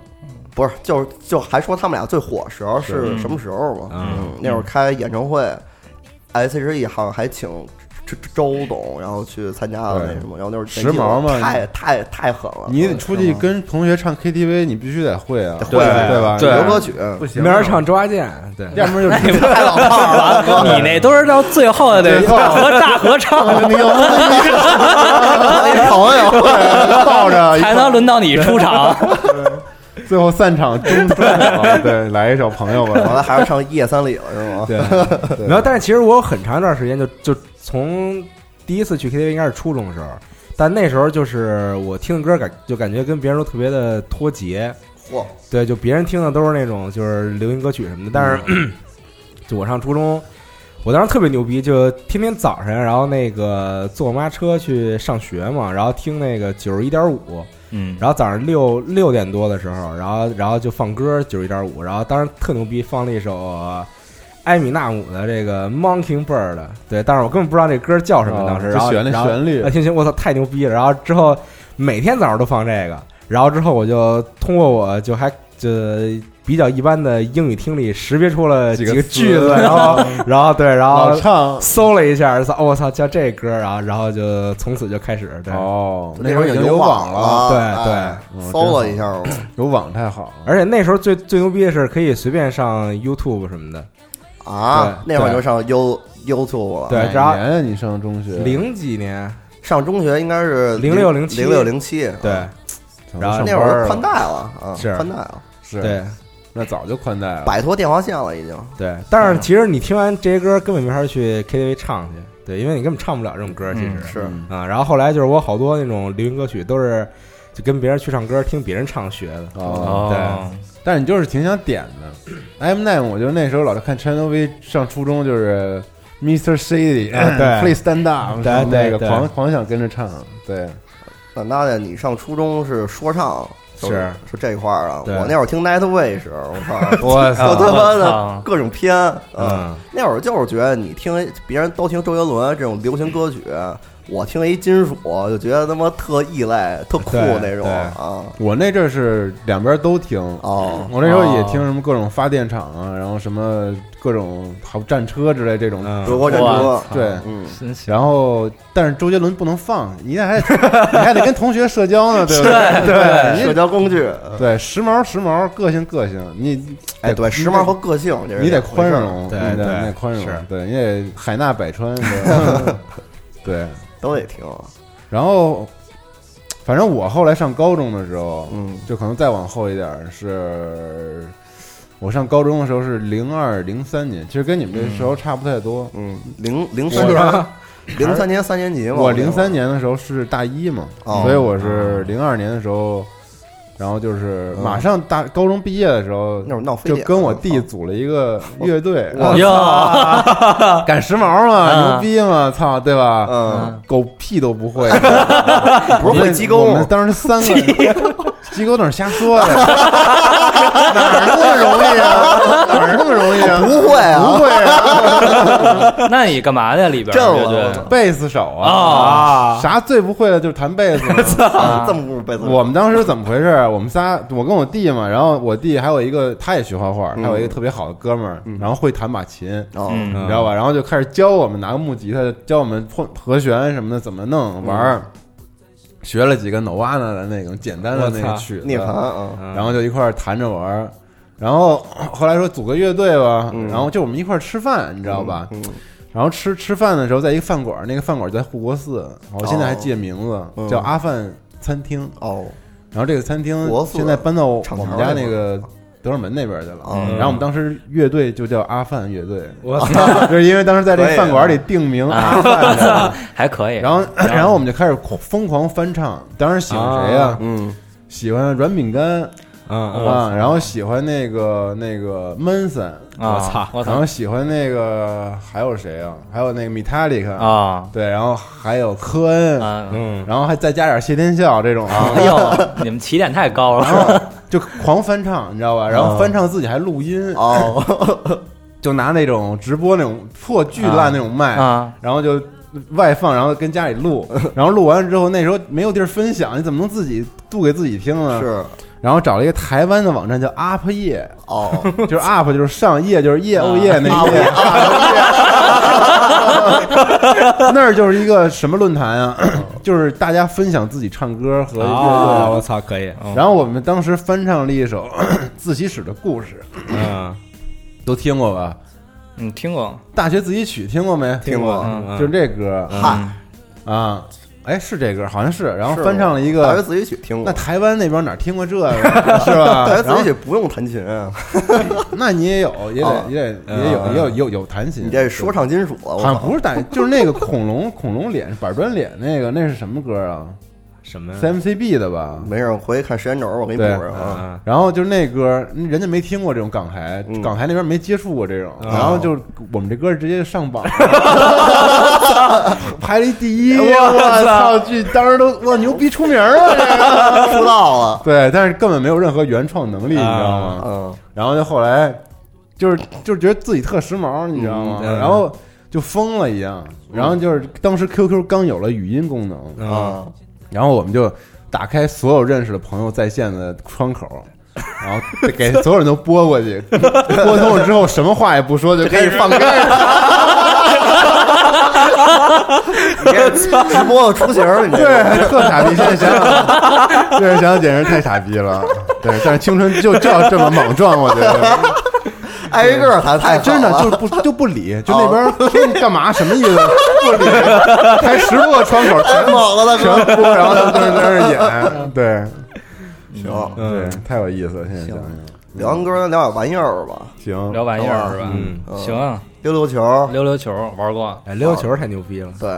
S4: 不是，就是就还说他们俩最火的时候是
S5: 是
S4: 什么时候嘛？
S5: 嗯
S4: 嗯，那会儿开演唱会，S H E 好像还请周周董，然后去参加了那
S5: 对
S4: 什么，然后那会儿
S5: 时髦嘛
S4: 太太太狠了。
S5: 你得出去跟同学唱 KTV，你必须得会啊，
S4: 会
S5: 对吧？
S4: 对
S5: 你
S4: 流歌曲嗯
S5: 不行，
S10: 明儿唱周华健，对，
S5: 要不然就
S4: 太老炮儿了，哥
S3: 哦 你那都是到最后的
S5: 最后
S3: 合大合唱，
S4: 那哎朋友。
S5: 抱 着一块
S3: 才能轮到你出场。
S5: 最后散场中断了，对，来一首朋友
S4: 完
S5: 吧。
S4: 了还是唱夜三里了是吗？
S10: 对，
S5: 对
S10: 然后但是其实我有很长一段时间就就从第一次去 KTV 应该是初中的时候，但那时候就是我听的歌感就感觉跟别人都特别的脱节，
S4: 嚯，
S10: 对，就别人听的都是那种就是流行歌曲什么的，
S3: 嗯
S10: 但是、就我上初中。我当时特别牛逼，就天天早晨，然后那个坐我妈车去上学嘛，然后听那个九十一点五，
S3: 嗯，
S10: 然后早上六六点多的时候，然后然后就放歌九十一点五，然后当时特牛逼，放了一首呃埃米纳姆的这个《Monkey Bird》，对，但是我根本不知道这歌叫什么，
S5: 哦
S10: 当时
S5: 就
S10: 然后
S5: 选那
S10: 然后
S5: 旋律
S10: 啊，听行，我操，太牛逼了！然后之后每天早上都放这个，然后之后我就通过我就还就比较一般的英语听力识别出了
S5: 呃几
S10: 几
S5: 个
S10: 个
S5: 词
S10: 句子，然后然后对，然后
S5: 老唱
S10: 搜了一下，操，哦我操，叫这歌，然后然后就从此就开始对。
S5: 哦，
S4: 那
S5: 时候已经
S4: 有
S5: 网
S4: 了，
S10: 对
S4: 哎
S5: 对
S4: 搜了一下我。
S5: 有网太好了。
S10: 而且那时候最最牛逼的是可以随便上 YouTube 什么的，
S4: 啊，
S10: 对
S4: 那会儿就上 You YouTube 了。
S10: 对
S5: 哪
S10: 然后
S5: 年啊？你上中学？
S10: 零几年，
S4: 上中学应该是
S10: 06
S4: 零
S10: 07
S4: 零六零七，
S10: 对，
S5: 哦早
S10: 然后
S5: 上
S4: 那
S5: 班
S4: 会儿
S5: 儿
S4: 宽
S5: 了
S4: 带了啊，
S10: 是
S4: 宽带了，
S5: 是，
S10: 对
S5: 那早就宽带了。
S4: 摆脱电话线了已经。
S10: 对。
S5: 嗯
S10: 但是其实你听完这些歌根本没法去 KTV 唱去，对，因为你根本唱不了这种歌，其实
S4: 是
S5: 嗯
S10: 啊。然后后来就是我好多那种流行歌曲都是就跟别人去唱歌，听别人唱学的，啊
S5: 哦，但是你就是挺想点的。M Nine，我就那时候老是看 Channel V，上初中就是 Mr. City，嗯
S10: 啊对
S5: Please Stand Up，
S10: 对
S5: 然后那个
S10: 对对
S5: 狂狂想跟着唱，对，
S4: 那娜娜，你上初中是说唱，就是是这块儿啊。
S10: 对
S4: 我那会儿听 Nightwish，我操，
S10: 我
S5: 啊
S4: 我他妈的
S3: 操
S4: 各种偏
S10: 嗯
S4: 啊。那会儿就是觉得你听别人都听周杰伦这种流行歌曲，我听一金属就觉得他妈特异类、特酷
S10: 对
S4: 那种
S10: 对
S4: 啊。
S5: 我那阵儿是两边都听。
S4: 哦，
S5: 我那时候也听什么各种发电厂啊，然后什么各种好战车之类这种，
S10: 嗯
S4: 德国战车，
S3: 啊
S5: 对，
S4: 嗯，
S3: 真行，
S5: 然后，但是周杰伦不能放，你得还你还得跟同学社交呢，对不对？对
S4: 社
S5: 你
S4: 交工具，
S5: 对，时髦时髦，个性个性，你
S4: 哎，对，时髦和个性，这是
S5: 你得
S4: 两回
S5: 宽
S4: 事儿
S5: 容，
S10: 对
S5: 你得
S10: 对
S5: 你得宽容
S10: 是，
S5: 对，你得海纳百川，对对。
S4: 都得听。
S5: 然后，反正我后来上高中的时候，
S4: 嗯，
S5: 就可能再往后一点儿是，我上高中的时候是零二零三年，其实跟你们这时候差不太多。
S4: 嗯，零零
S5: 是
S4: 三年，零三年三年级嘛，
S5: 我
S4: 那会儿
S5: 零三年的时候是大一嘛，
S4: 哦
S5: 所以我是零二年的时候，然后就是马上大高中毕业的时候，
S4: 嗯那会儿闹非
S5: 就
S4: 典
S5: 跟我弟组了一个乐队，啊
S3: 哟，
S5: 赶时髦嘛，牛逼嘛，操，对吧？
S4: 啊嗯，
S5: 狗屁都不会，
S4: 不是会机
S5: 我
S4: 构
S5: 们
S4: 吗？
S5: 当时三个。机构那是瞎说的，哪儿那么容易啊？哪儿那么容易啊？
S4: 不会啊
S5: 不会啊！
S3: 那你干嘛去里边？
S4: 震 了
S3: 对
S4: 我
S3: 对
S4: 操
S5: 贝斯手啊，
S3: 啊，
S5: 啥最不会的就是弹贝 斯嘛。
S4: 啊这么不被
S5: 我们当时怎么回事儿？我们仨，我跟我弟嘛，然后我弟还有一个，他也学画画，还有一个特别好的哥们儿，然后会弹把琴，
S4: 哦，
S3: 嗯
S5: 你知道吧？然后就开始教我们拿个木吉他，教我们碰和弦什么的怎么弄玩儿，学了几个 Novana 的那种简单的那
S10: 我
S5: 个
S10: 操
S5: 曲子，
S4: 涅槃啊，
S5: 然后就一块儿弹着玩儿。然后后来说组个乐队吧，然后就我们一块儿吃饭，你知道吧？
S4: 嗯
S5: 然后吃吃饭的时候，在一个饭馆儿，那个饭馆儿在护国寺，我现在还记得名字，
S4: 嗯
S5: 叫阿饭餐厅。
S4: 哦，
S5: 然后这个餐厅
S4: 国寺
S5: 现在搬到我
S4: 厂
S5: 们
S4: 桥
S5: 家
S4: 那
S5: 那
S4: 块
S5: 个德胜门那边去了。
S4: 嗯
S5: 然后我们当时乐队就叫阿范乐队，
S10: 我
S5: 就是因为当时在这个饭馆里定名阿范。
S3: 还可以。
S5: 然后，然后我们就开始狂疯狂翻唱，当时喜欢谁呀、
S4: 嗯，
S5: 喜欢软饼干，
S10: 嗯
S5: 啊，然后喜欢那个那个 Manson，
S10: 啊我操我操
S5: 然后喜欢那个还有谁啊？还有那个 Metallica
S10: 啊，
S5: 对，然后还有科恩，
S3: 嗯，
S5: 然后还再加点谢天笑这种啊，
S3: 哎呦，你们起点太高
S5: 然后
S3: 了，
S5: 就狂翻唱，你知道吧？然后翻唱自己还录音
S4: 哦，
S5: 就拿那种直播那种破巨烂那种麦
S3: 啊，
S5: 然后就外放，然后跟家里录，然后录完之后那时候没有地儿分享，你怎么能自己录给自己听呢？
S4: 是。
S5: 然后找了一个台湾的网站叫 Up 夜，
S4: 哦，
S5: 就是 Up 就是上夜就是夜哦夜那
S4: 啊
S5: 个夜，那儿就是一个什么论坛啊？ 就是大家分享自己唱歌和乐
S10: 啊，
S5: 队
S10: 我，操，可以。嗯
S5: 然后我们当时翻唱了一首 《自习室的故事》，
S10: 嗯，
S5: 都听过吧？
S3: 你听过？
S5: 大学自习曲听过没？
S10: 听过嗯嗯
S5: 就是这歌
S4: 嗨，
S5: 啊，哎，是这歌，好像是。然后
S4: 是
S5: 翻唱了一
S4: 大学
S5: 个，
S4: 自习曲听
S5: 那，
S4: 过
S5: 台湾那边哪听过这个 是
S10: 啊
S5: 吧？
S4: 大学
S5: 然
S4: 自
S5: 后
S4: 习曲不用弹琴啊，
S5: 那你也有，也
S4: 哦
S5: 得也得也有也有有有弹琴
S4: 你，这说唱金属啊了，我
S5: 好像
S4: 操
S5: 不是弹， 就是那个恐龙恐龙脸板砖脸那个，那是什么歌啊
S10: 什
S4: 嗯
S10: 么呀？
S5: ？CMCB 的吧？
S4: 没事，我回去看时间轴，我给你补
S5: 对
S4: 上啊。
S10: 嗯
S5: 然后就是那歌，人家没听过这种港台，港台那边没接触过这种，然后就是我们这歌直接就上 榜，排了一第一，我操！剧当时都哇牛逼出名了，这个
S4: 出道了，
S5: 对，但是根本没有任何原创能力，你知道吗？
S4: 嗯，
S5: 然后就后来就是就是觉得自己特时髦，你知道吗？
S10: 嗯
S5: 然后就疯了一样，然后就是当时 QQ 刚有了语音功能，
S4: 啊
S10: 嗯，
S5: 然后我们就打开所有认识的朋友在线的窗口，然后给所有人都拨过去，拨通了之后什么话也不说就可以放歌。
S4: 嗯直播出行了，你这 个
S5: 对，特傻逼！现在想想， 现在想想简直太傻逼了。对，但是青春就就要这么莽撞，我觉得，
S4: 挨个儿弹太
S5: 哎，
S4: 好
S5: 真的
S4: 了
S5: 就是不就不理，就那边说你干嘛，什么意思？不理，开十播窗口全
S4: 太猛了，大 哥。
S5: 全播，然后他们在那儿演，嗯对
S4: 行，
S5: 对，太有意思了。现在想想，
S4: 聊完歌咱聊点玩意儿吧，
S5: 行，
S3: 聊玩意儿是吧？
S10: 嗯
S4: 嗯
S3: 行啊，
S4: 溜溜球，
S3: 溜溜球玩过，
S10: 哎，溜溜球太牛逼了。
S4: 对，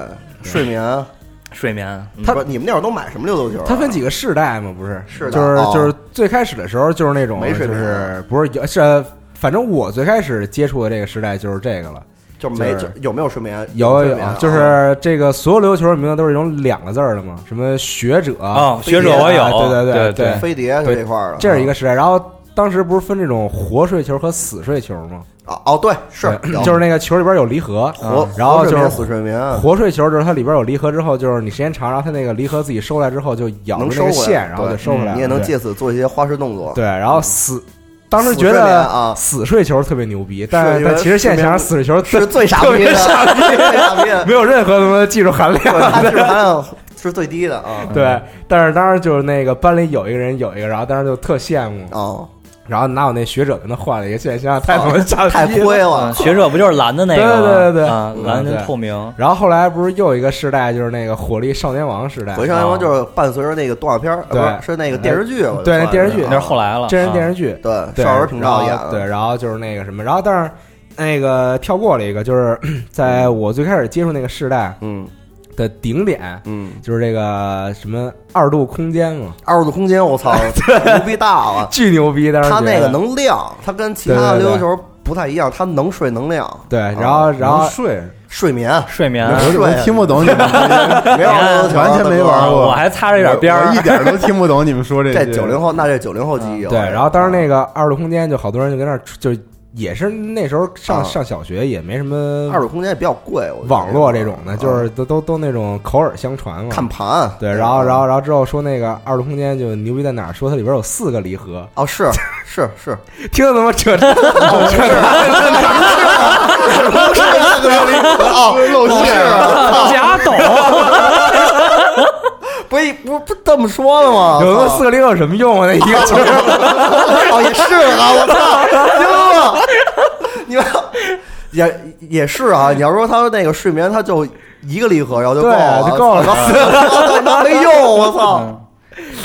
S4: 睡眠。
S3: 睡眠，嗯
S10: 他
S4: 不是你们那会儿都买什么溜溜球啊？
S10: 它分几个世代嘛，不是？
S4: 是的
S10: 就是
S4: 哦
S10: 就是最开始的时候就是那种
S4: 没水
S10: 就
S4: 平
S10: 是不是有是，反正我最开始接触的这个时代就是这个了。
S4: 就是没
S10: 就是
S4: 有没有睡眠？
S10: 有
S4: 睡
S10: 有
S4: 眠啊，
S10: 就是这个所有溜球的名字都是一种两个字儿的嘛，什么学者
S3: 啊学者我有
S10: 啊
S4: 哎
S10: 对对
S3: 对
S10: 对，
S4: 飞碟是
S10: 对
S4: 这块儿的，
S10: 这是一个时代。然后当时不是分这种活睡球和死睡球吗？
S4: 哦哦，对，是
S10: 对
S4: 有
S10: 就是那个球里边有离合，
S4: 活
S10: 啊，然后
S4: 活
S10: 就
S4: 睡
S10: 是
S4: 眠死睡眠，啊
S10: 活睡球，就是它里边有离合之后，就是你时间长，然后它那个离合自己收来之后就咬住
S4: 能
S10: 那
S4: 收
S10: 个
S4: 回
S10: 线，然后
S4: 对嗯
S10: 就收回来了。
S4: 你也能
S10: 对
S4: 借此做一些花式动作。
S10: 对，然后死，当时
S4: 死
S10: 觉
S4: 睡眠
S10: 得
S4: 啊
S10: 死睡球特别牛逼，
S4: 是
S10: 但
S4: 因为
S10: 但其实现在想想
S4: 睡
S10: 死睡球
S4: 是
S10: 最
S4: 最傻逼的， 最傻逼 的，
S10: 没有任何什么技术含量。
S4: 它质量是最低的啊。
S10: 对，但是当时就是那个班里有一个人有一个，然后当时就特羡慕，
S4: 哦，
S10: 然后拿我那学者跟他换了一个，现在想想太他妈傻
S4: 太
S10: 逼
S4: 亏
S10: 了。嗯
S4: 了，
S3: 嗯学者不就是蓝的那个
S10: 对
S3: 吗？
S10: 对对对
S3: 啊，
S10: 嗯
S3: 蓝跟
S10: 对
S3: 透明，
S10: 然后后来不是又有一个时代，就是那个火力少年王时代，
S4: 回上来光就是伴随着那个动画片儿，
S10: 对
S4: 呃不是是那个电视剧，我
S10: 对那
S4: 算
S10: 电视剧
S4: 啊
S3: 那是后来了，
S10: 真人电
S3: 啊
S10: 视剧，
S4: 对
S10: 对，
S4: 少儿频道演
S10: 然后
S4: 的，
S10: 对，然后就是那个什么，然后但是那个跳过了一个，就是在我最开始接触那个时代
S4: 嗯
S10: 的顶点，
S4: 嗯，
S10: 就是这个什么二度空间嘛，
S4: 二度空间，我操，牛逼大了，
S10: 巨牛逼！当时
S4: 它
S10: 觉得
S4: 那个能亮，它跟其他的
S10: 对对
S4: 溜
S10: 对
S4: 溜球不太一样，它能睡能亮，啊
S10: 对，然后然
S5: 能
S10: 后
S5: 睡，
S4: 睡眠
S3: 睡眠，
S5: 我怎么
S4: 睡
S5: 听不懂你们
S4: 啊 没有溜溜球
S5: 完全没玩过
S3: 我还擦着一点边
S5: 我
S3: 儿
S5: 一，点都听不懂你们说这
S4: 这
S5: 些
S4: 九零后，那这九零后记忆
S10: 嗯
S4: 了。啊
S10: 对，然后当时那个二度空间就好多人就跟那儿就也是那时候上、
S4: 啊
S10: 上小学也没什么
S4: 二手空间也比较贵，我觉得
S10: 网络这种的，
S4: 啊
S10: 就是都都都那种口耳相传嘛。
S4: 看盘。啊
S10: 对，然后然后然后之后说那个二度空间就牛逼在哪儿？说它里边有四个离合，
S4: 哦，是是 是，
S10: 听得他妈扯淡。啊
S4: 哦，啊露 馅了，
S3: 假抖，
S4: 不是不不这么说的 吗？
S10: 有个四个零有什么用啊？那一个球，
S4: 哦，也是啊，我操，惊了，你们也也是啊，你要说他那个睡眠，他就一个离合，然后就够
S10: 对
S4: 了，
S10: 就够了
S4: 啊
S10: 嗯
S4: 操，那没用，我操，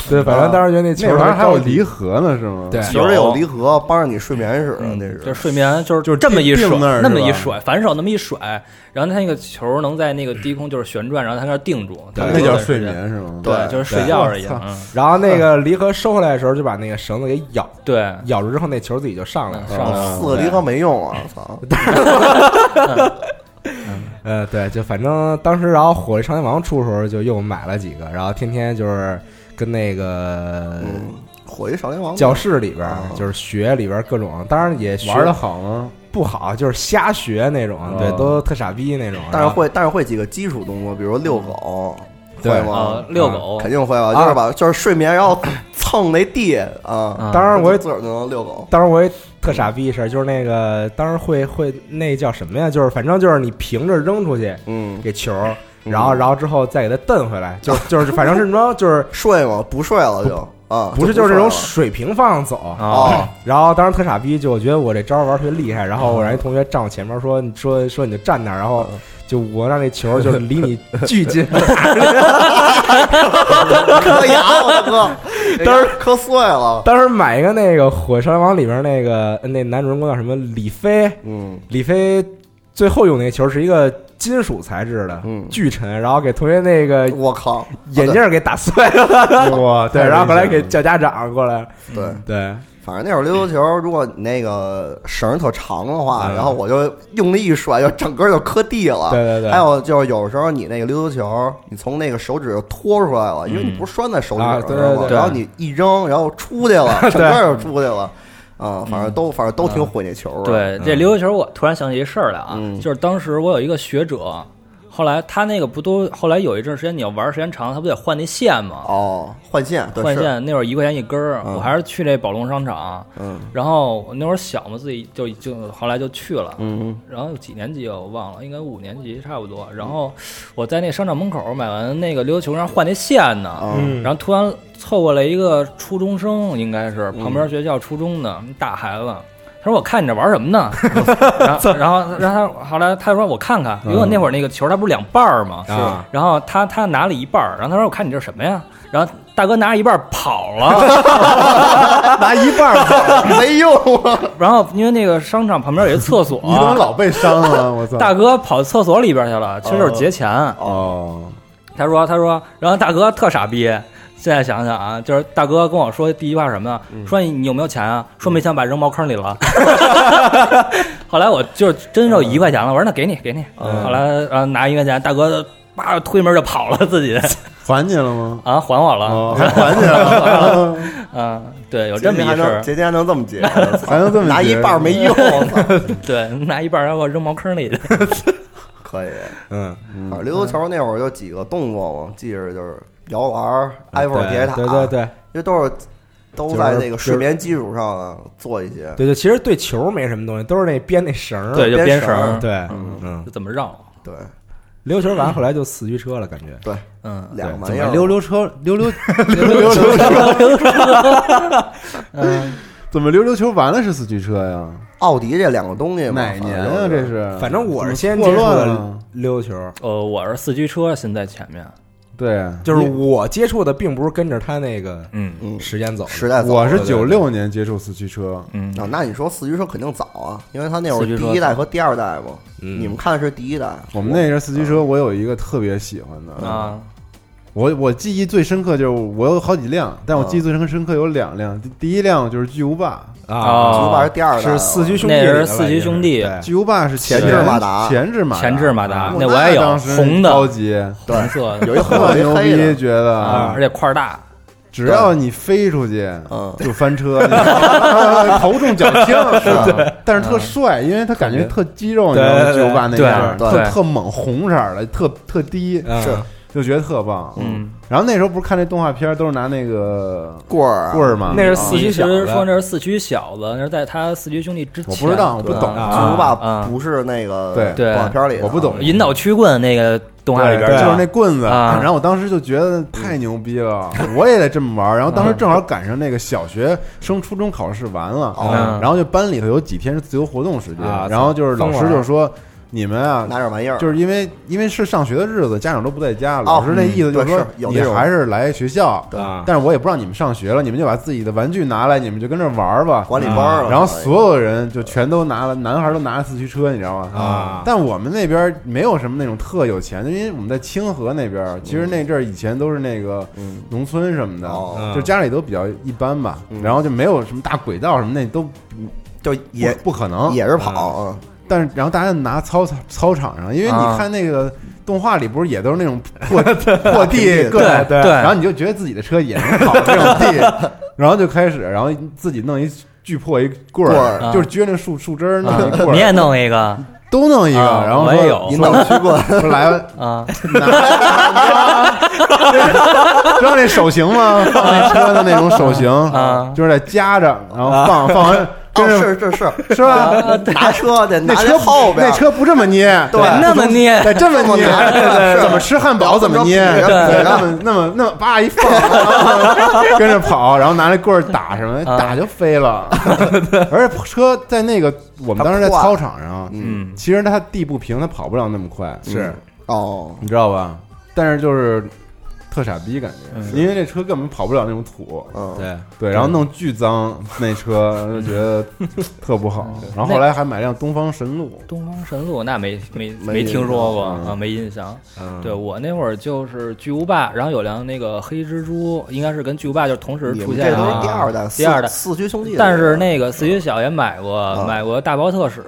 S10: 对，反正当时觉得那球
S5: 那玩意儿还有
S10: 着急
S5: 离合呢，是吗？
S10: 对
S4: 球里有离合，帮着你睡眠使
S10: 嗯
S4: 的那是。
S3: 嗯就是睡眠，就是就是这么一
S5: 定
S3: 甩，
S5: 那儿是
S3: 那
S5: 吧
S3: 么一甩，反手那么一甩，然后他那个球能在那个低空就是旋转，然后他那儿定住，
S10: 对
S3: 它
S5: 那
S3: 就
S5: 叫
S3: 在
S5: 睡
S3: 时间
S5: 眠。是吗？
S3: 对，就是睡觉而已。
S5: 我操
S3: 嗯，
S10: 然后那个离合收回来的时候，就把那个绳子给咬，
S3: 对，
S10: 咬住之后，那球自己就上来了。
S3: 上来
S4: 四个离合没用啊！操，
S10: 嗯
S5: 嗯
S10: 呃，对，就反正当时，然后《火力少年王》出的时候，就又买了几个，然后天天就是跟那个
S4: 嗯，火一少年王
S10: 教室里边儿，就是学里边儿各种，当然也学
S5: 哦玩的好吗？
S10: 不好，就是瞎学那种，对，
S5: 哦
S10: 都特傻逼那种。
S4: 但是
S10: 然后
S4: 会，但是会几个基础动作，比如遛狗，
S10: 啊嗯对啊
S4: 会
S3: 啊
S4: 吗？，
S3: 遛狗
S4: 肯，定会吧，就是吧，就是睡眠，然后蹭那地啊，
S3: 嗯
S10: 当然我也
S4: 自个儿就能遛狗。
S10: 当时我也特傻逼一事儿，就是那个当时会会那叫什么呀？就是反正就是你平着扔出去
S4: 嗯，
S10: 给球儿，然后然后之后再给它蹬回来， 就是就是反正是什么就是
S4: 睡吗？不睡了就啊，
S10: 不是就是那种啊
S4: 不睡
S10: 水
S4: 了
S10: 平放走
S4: 哦，
S10: 然后当时特傻逼，就我觉得我这招玩儿特别厉害，然后
S4: 啊
S10: 我让一同学站我前面说你说说你就站那儿，然后就我让那球 就是离你巨近，
S4: 磕牙，我哥，当时磕碎了。
S10: 当时买一个那个《火山王》里边那个那男主人公叫什么李飞，
S4: 嗯，
S10: 李飞最后用那球是一个金属材质的，
S4: 嗯
S10: 巨沉，然后给同学那个
S4: 我靠，
S10: 眼镜儿给打碎了，
S5: 哇，
S10: 对，然后后来给
S5: 太
S10: 叫家长过来，
S4: 对，
S10: 对，
S4: 反正那会儿溜溜球，如果你那个绳儿特长的话，然后我就用力一甩，就整个就磕地了。
S10: 嗯对对对
S4: 还有就是有时候你那个溜溜球，你从那个手指就脱出来了，因为你不是拴在手指
S10: 嗯
S4: 上
S10: 啊
S4: 吗？
S10: 对对对
S4: 然后你一扔，然后出去 了，整个就出去了。
S10: 嗯
S4: 啊，反正都反正都挺毁那球的。
S3: 对这溜球，我突然想起一事儿来啊
S4: 嗯，
S3: 就是当时我有一个学者，后来他那个不都后来有一阵时间你要玩儿时间长了，他不得换那线吗？
S4: 哦，换线，对
S3: 换，
S4: 是
S3: 线那会儿一块钱一根儿，
S4: 嗯
S3: 我还是去那宝龙商场，
S4: 嗯
S3: 然后我那会儿小嘛，自己就就后来就去了，
S4: 嗯，
S3: 然后几年级啊我忘了，应该五年级差不多。然后我在那商场门口买完那个溜球，然后换那线呢，
S4: 嗯
S3: 然后突然凑过来一个初中生，应该是
S5: 嗯
S3: 旁边学校初中的大孩子。他说：“我看你这玩什么呢？” 然后，然后，然后他后来他说：“我看看，
S5: 嗯
S3: 因为我那会儿那个球它不是两半儿吗？
S10: 啊
S3: 然后他他拿了一半儿，然后他说：“我看你这是什么呀？”然后大哥拿一半儿跑了，
S4: 拿一半儿吧没用啊。
S3: 然后因为那个商场旁边有一厕所，
S5: 你怎么老被伤 啊？我操！
S3: 大哥跑厕所里边去了，其实就是劫钱。
S5: 哦，
S3: 他说他说，然后大哥特傻逼。现在想想啊，就是大哥跟我说第一句话是什么呀？说你你有没有钱啊？说没钱把扔茅坑里了。 后来我就是真就一块钱了，我说那给你给你。后来然后拿一块钱，大哥叭推门就跑了，自 己
S5: 还你了吗？
S3: 啊还我了
S5: 哦，还还你 了，
S3: 啊，对，有这么
S4: 节
S3: 一
S4: 还
S3: 事
S4: 能
S3: 儿，
S4: 节节还能这么结，
S5: 还能这么
S4: 拿一半儿没用，
S3: 对，拿一半儿然后扔茅坑里去。
S4: 可以。
S10: 嗯，
S4: 反正溜溜球那会儿就几个动作嘛，记着就是摇篮儿、埃菲尔铁塔，
S10: 对对对
S4: 因为都是都在那个睡眠基础上啊做一些。
S10: 对对，其实对球没什么东西，都是那编那绳儿，
S3: 对，就
S4: 编
S3: 编
S4: 绳
S3: 绳
S4: 儿
S3: 儿，
S10: 对，嗯，
S3: 就怎么绕，
S4: 对
S10: 溜球完后来就四驱车了，感觉
S4: 对，
S3: 嗯，
S4: 两个
S10: 怎
S4: 玩意儿。
S5: 溜溜车，溜溜 嗯怎么溜溜球完了是四驱车呀？
S4: 奥迪这两个东西嘛，
S5: 哪年
S4: 反
S5: 啊？
S4: 正
S5: 这是？
S10: 反正我是先
S5: 怎
S10: 接
S5: 么
S10: 触
S5: 嗯错乱
S10: 的
S5: 了。
S10: 溜球，
S3: 呃，我是四驱车先在前面，
S5: 对，啊
S10: 就是
S5: 你
S10: 我接触的并不是跟着他那个
S3: 嗯
S4: 嗯
S10: 时间走的，
S4: 时代早
S5: 我
S4: 啊
S5: 是九六年接触四驱车，
S3: 嗯
S4: 那你说四驱车肯定早啊，因为他那会儿
S3: 四驱车
S4: 第一代和第二代嘛，
S10: 嗯
S4: 你们看的是第一代。
S5: 我们那是四驱
S4: 嗯
S5: 车，我有一个特别喜欢的，
S3: 啊，
S5: 我我记忆最深刻就是我有好几辆，但
S4: 嗯
S5: 我记忆最深深刻有两辆，第第一辆就是巨无霸，
S10: 啊，
S4: 九八是第二代
S10: 是
S4: 了，
S10: 四驱兄弟
S3: 那
S10: 里的吧，
S3: 是四驱兄弟
S10: 应该是
S5: 巨无霸是
S4: 哎前
S5: 前
S4: 置马达
S5: 前置马达
S3: 前置马达
S5: 哇
S3: 那我
S5: 那
S3: 也有
S5: 当时
S3: 红的
S5: 高级，
S3: 红色的，
S4: 有一红
S5: 特
S4: 的，有
S5: 牛
S4: 一黑
S5: 逼，
S4: 的，
S5: 觉得
S3: 啊，而且块儿大，
S5: 只要你飞出去
S4: 嗯，
S5: 就翻车，你知道吗头重脚轻，
S4: 是
S5: 但是特帅，因为他感觉特肌肉，你知道
S10: 对
S5: 吗？
S10: 对
S5: 巨
S10: 对
S5: 无霸那
S3: 对
S5: 样儿，
S4: 对
S5: 特特猛，红色儿的，特特低，
S10: 对，
S4: 是
S10: 是
S5: 就觉得特棒。
S3: 嗯，
S5: 然后那时候不是看那动画片儿，都是拿那个
S4: 棍儿啊
S5: 棍儿嘛，
S10: 那是四
S3: 其
S10: 驱小
S3: 实
S10: 子，
S3: 哦说那是四驱小子，那是在他四驱兄弟之前，
S5: 我不知道，我不
S4: 对
S5: 懂
S10: 啊
S4: 巨无霸
S3: 啊
S4: 不是那个
S5: 对
S3: 对
S4: 动画片里的啊，
S5: 我不懂
S3: 引导曲棍那个动画里边
S5: 对
S3: 儿
S5: 就是那棍子。
S3: 啊
S5: 然后我当时就觉得太牛逼了，我也得这么玩儿。然后当
S4: 啊
S5: 时正好赶上那个小学升初中考试完了，
S3: 嗯
S4: 哦
S5: 然后就班里头有几天是自由活动时间
S10: 啊，
S5: 然后就是老师就说。你们啊，
S4: 拿点玩意儿
S5: 就是因为因为是上学的日子，家长都不在家，老师那意思就是
S4: 哦嗯对
S5: 说
S4: 是，有
S5: 你
S4: 这种
S5: 还是来学校，
S4: 对啊
S5: 但是我也不让你们上学了，你们就把自己的玩具拿来，你们就跟这玩儿吧，啊
S4: 管理班儿了
S5: 然后
S4: 可以
S5: 所有人就全都拿了，男孩儿都拿着四驱车，你知道吗？
S4: 啊
S5: 但我们那边儿没有什么那种特有钱的，因为我们在清河那边儿，其实那阵儿以前都是那个农村什么的，
S4: 嗯哦嗯
S5: 就家里都比较一般吧，然后就没有什么大轨道什么那都
S4: 就也
S5: 不可能，
S4: 也是跑。嗯
S5: 但是，然后大家拿操场操场上，因为
S4: 啊
S5: 你看那个动画里不是也都是那种破破地
S4: 对
S5: 各种
S3: 对对
S5: 然后你就觉得自己的车也能跑这种地，然后就开始，然后自己弄一锯破一棍
S4: 棍儿
S5: 儿，就是撅那树树枝儿弄一棍儿，
S3: 啊你也弄一个
S5: 都弄一个，
S3: 啊
S5: 然后
S3: 我也有
S5: 说
S4: 引导驱 棍，
S5: 说来吧，
S3: 啊？
S5: 知道那手型吗？放那车的那种手型
S3: 啊
S5: 就是得夹着，然后放放完，
S4: 哦，
S5: 跟着
S4: 是是是，
S5: 是吧？
S4: 拿呃车得拿
S5: 那
S4: 在
S5: 车
S4: 后边，
S5: 那车不这么捏，对
S3: 那么捏
S5: 对，这么捏，
S4: 这么捏
S5: 对
S4: 是
S5: 怎么吃汉堡怎么捏，
S4: 对
S5: 对，
S4: 对
S5: 那么那么那么叭一 放，跟着跑，然后拿那棍儿打什么，
S3: 啊
S5: 打就飞 了。而且车在那个我们当时在
S4: 它晃
S5: 操场上，
S4: 嗯
S5: 其实它地不平，它跑不了那么快，
S4: 是哦，
S5: 你知道吧？但是就是特傻逼感觉，因为那车根本跑不了那种土，
S4: 嗯，
S10: 对，
S5: 嗯对，然后弄巨脏那车，就觉得特不好。然后后来还买辆东方神 鹿，
S3: 东方神鹿那没没
S4: 没嗯
S3: 没听说过
S5: 印象
S3: 啊，没印象。对我那会儿就是巨无霸，然后有辆那个黑蜘蛛，应该是跟巨无霸就是同时
S4: 你
S3: 出
S4: 们
S3: 现
S4: 这
S3: 的
S4: 都
S3: 啊。
S4: 是第二代，四
S3: 第二代
S4: 四驱兄弟的，
S3: 但是那个四驱小也买过
S4: 啊，
S3: 买过大包特使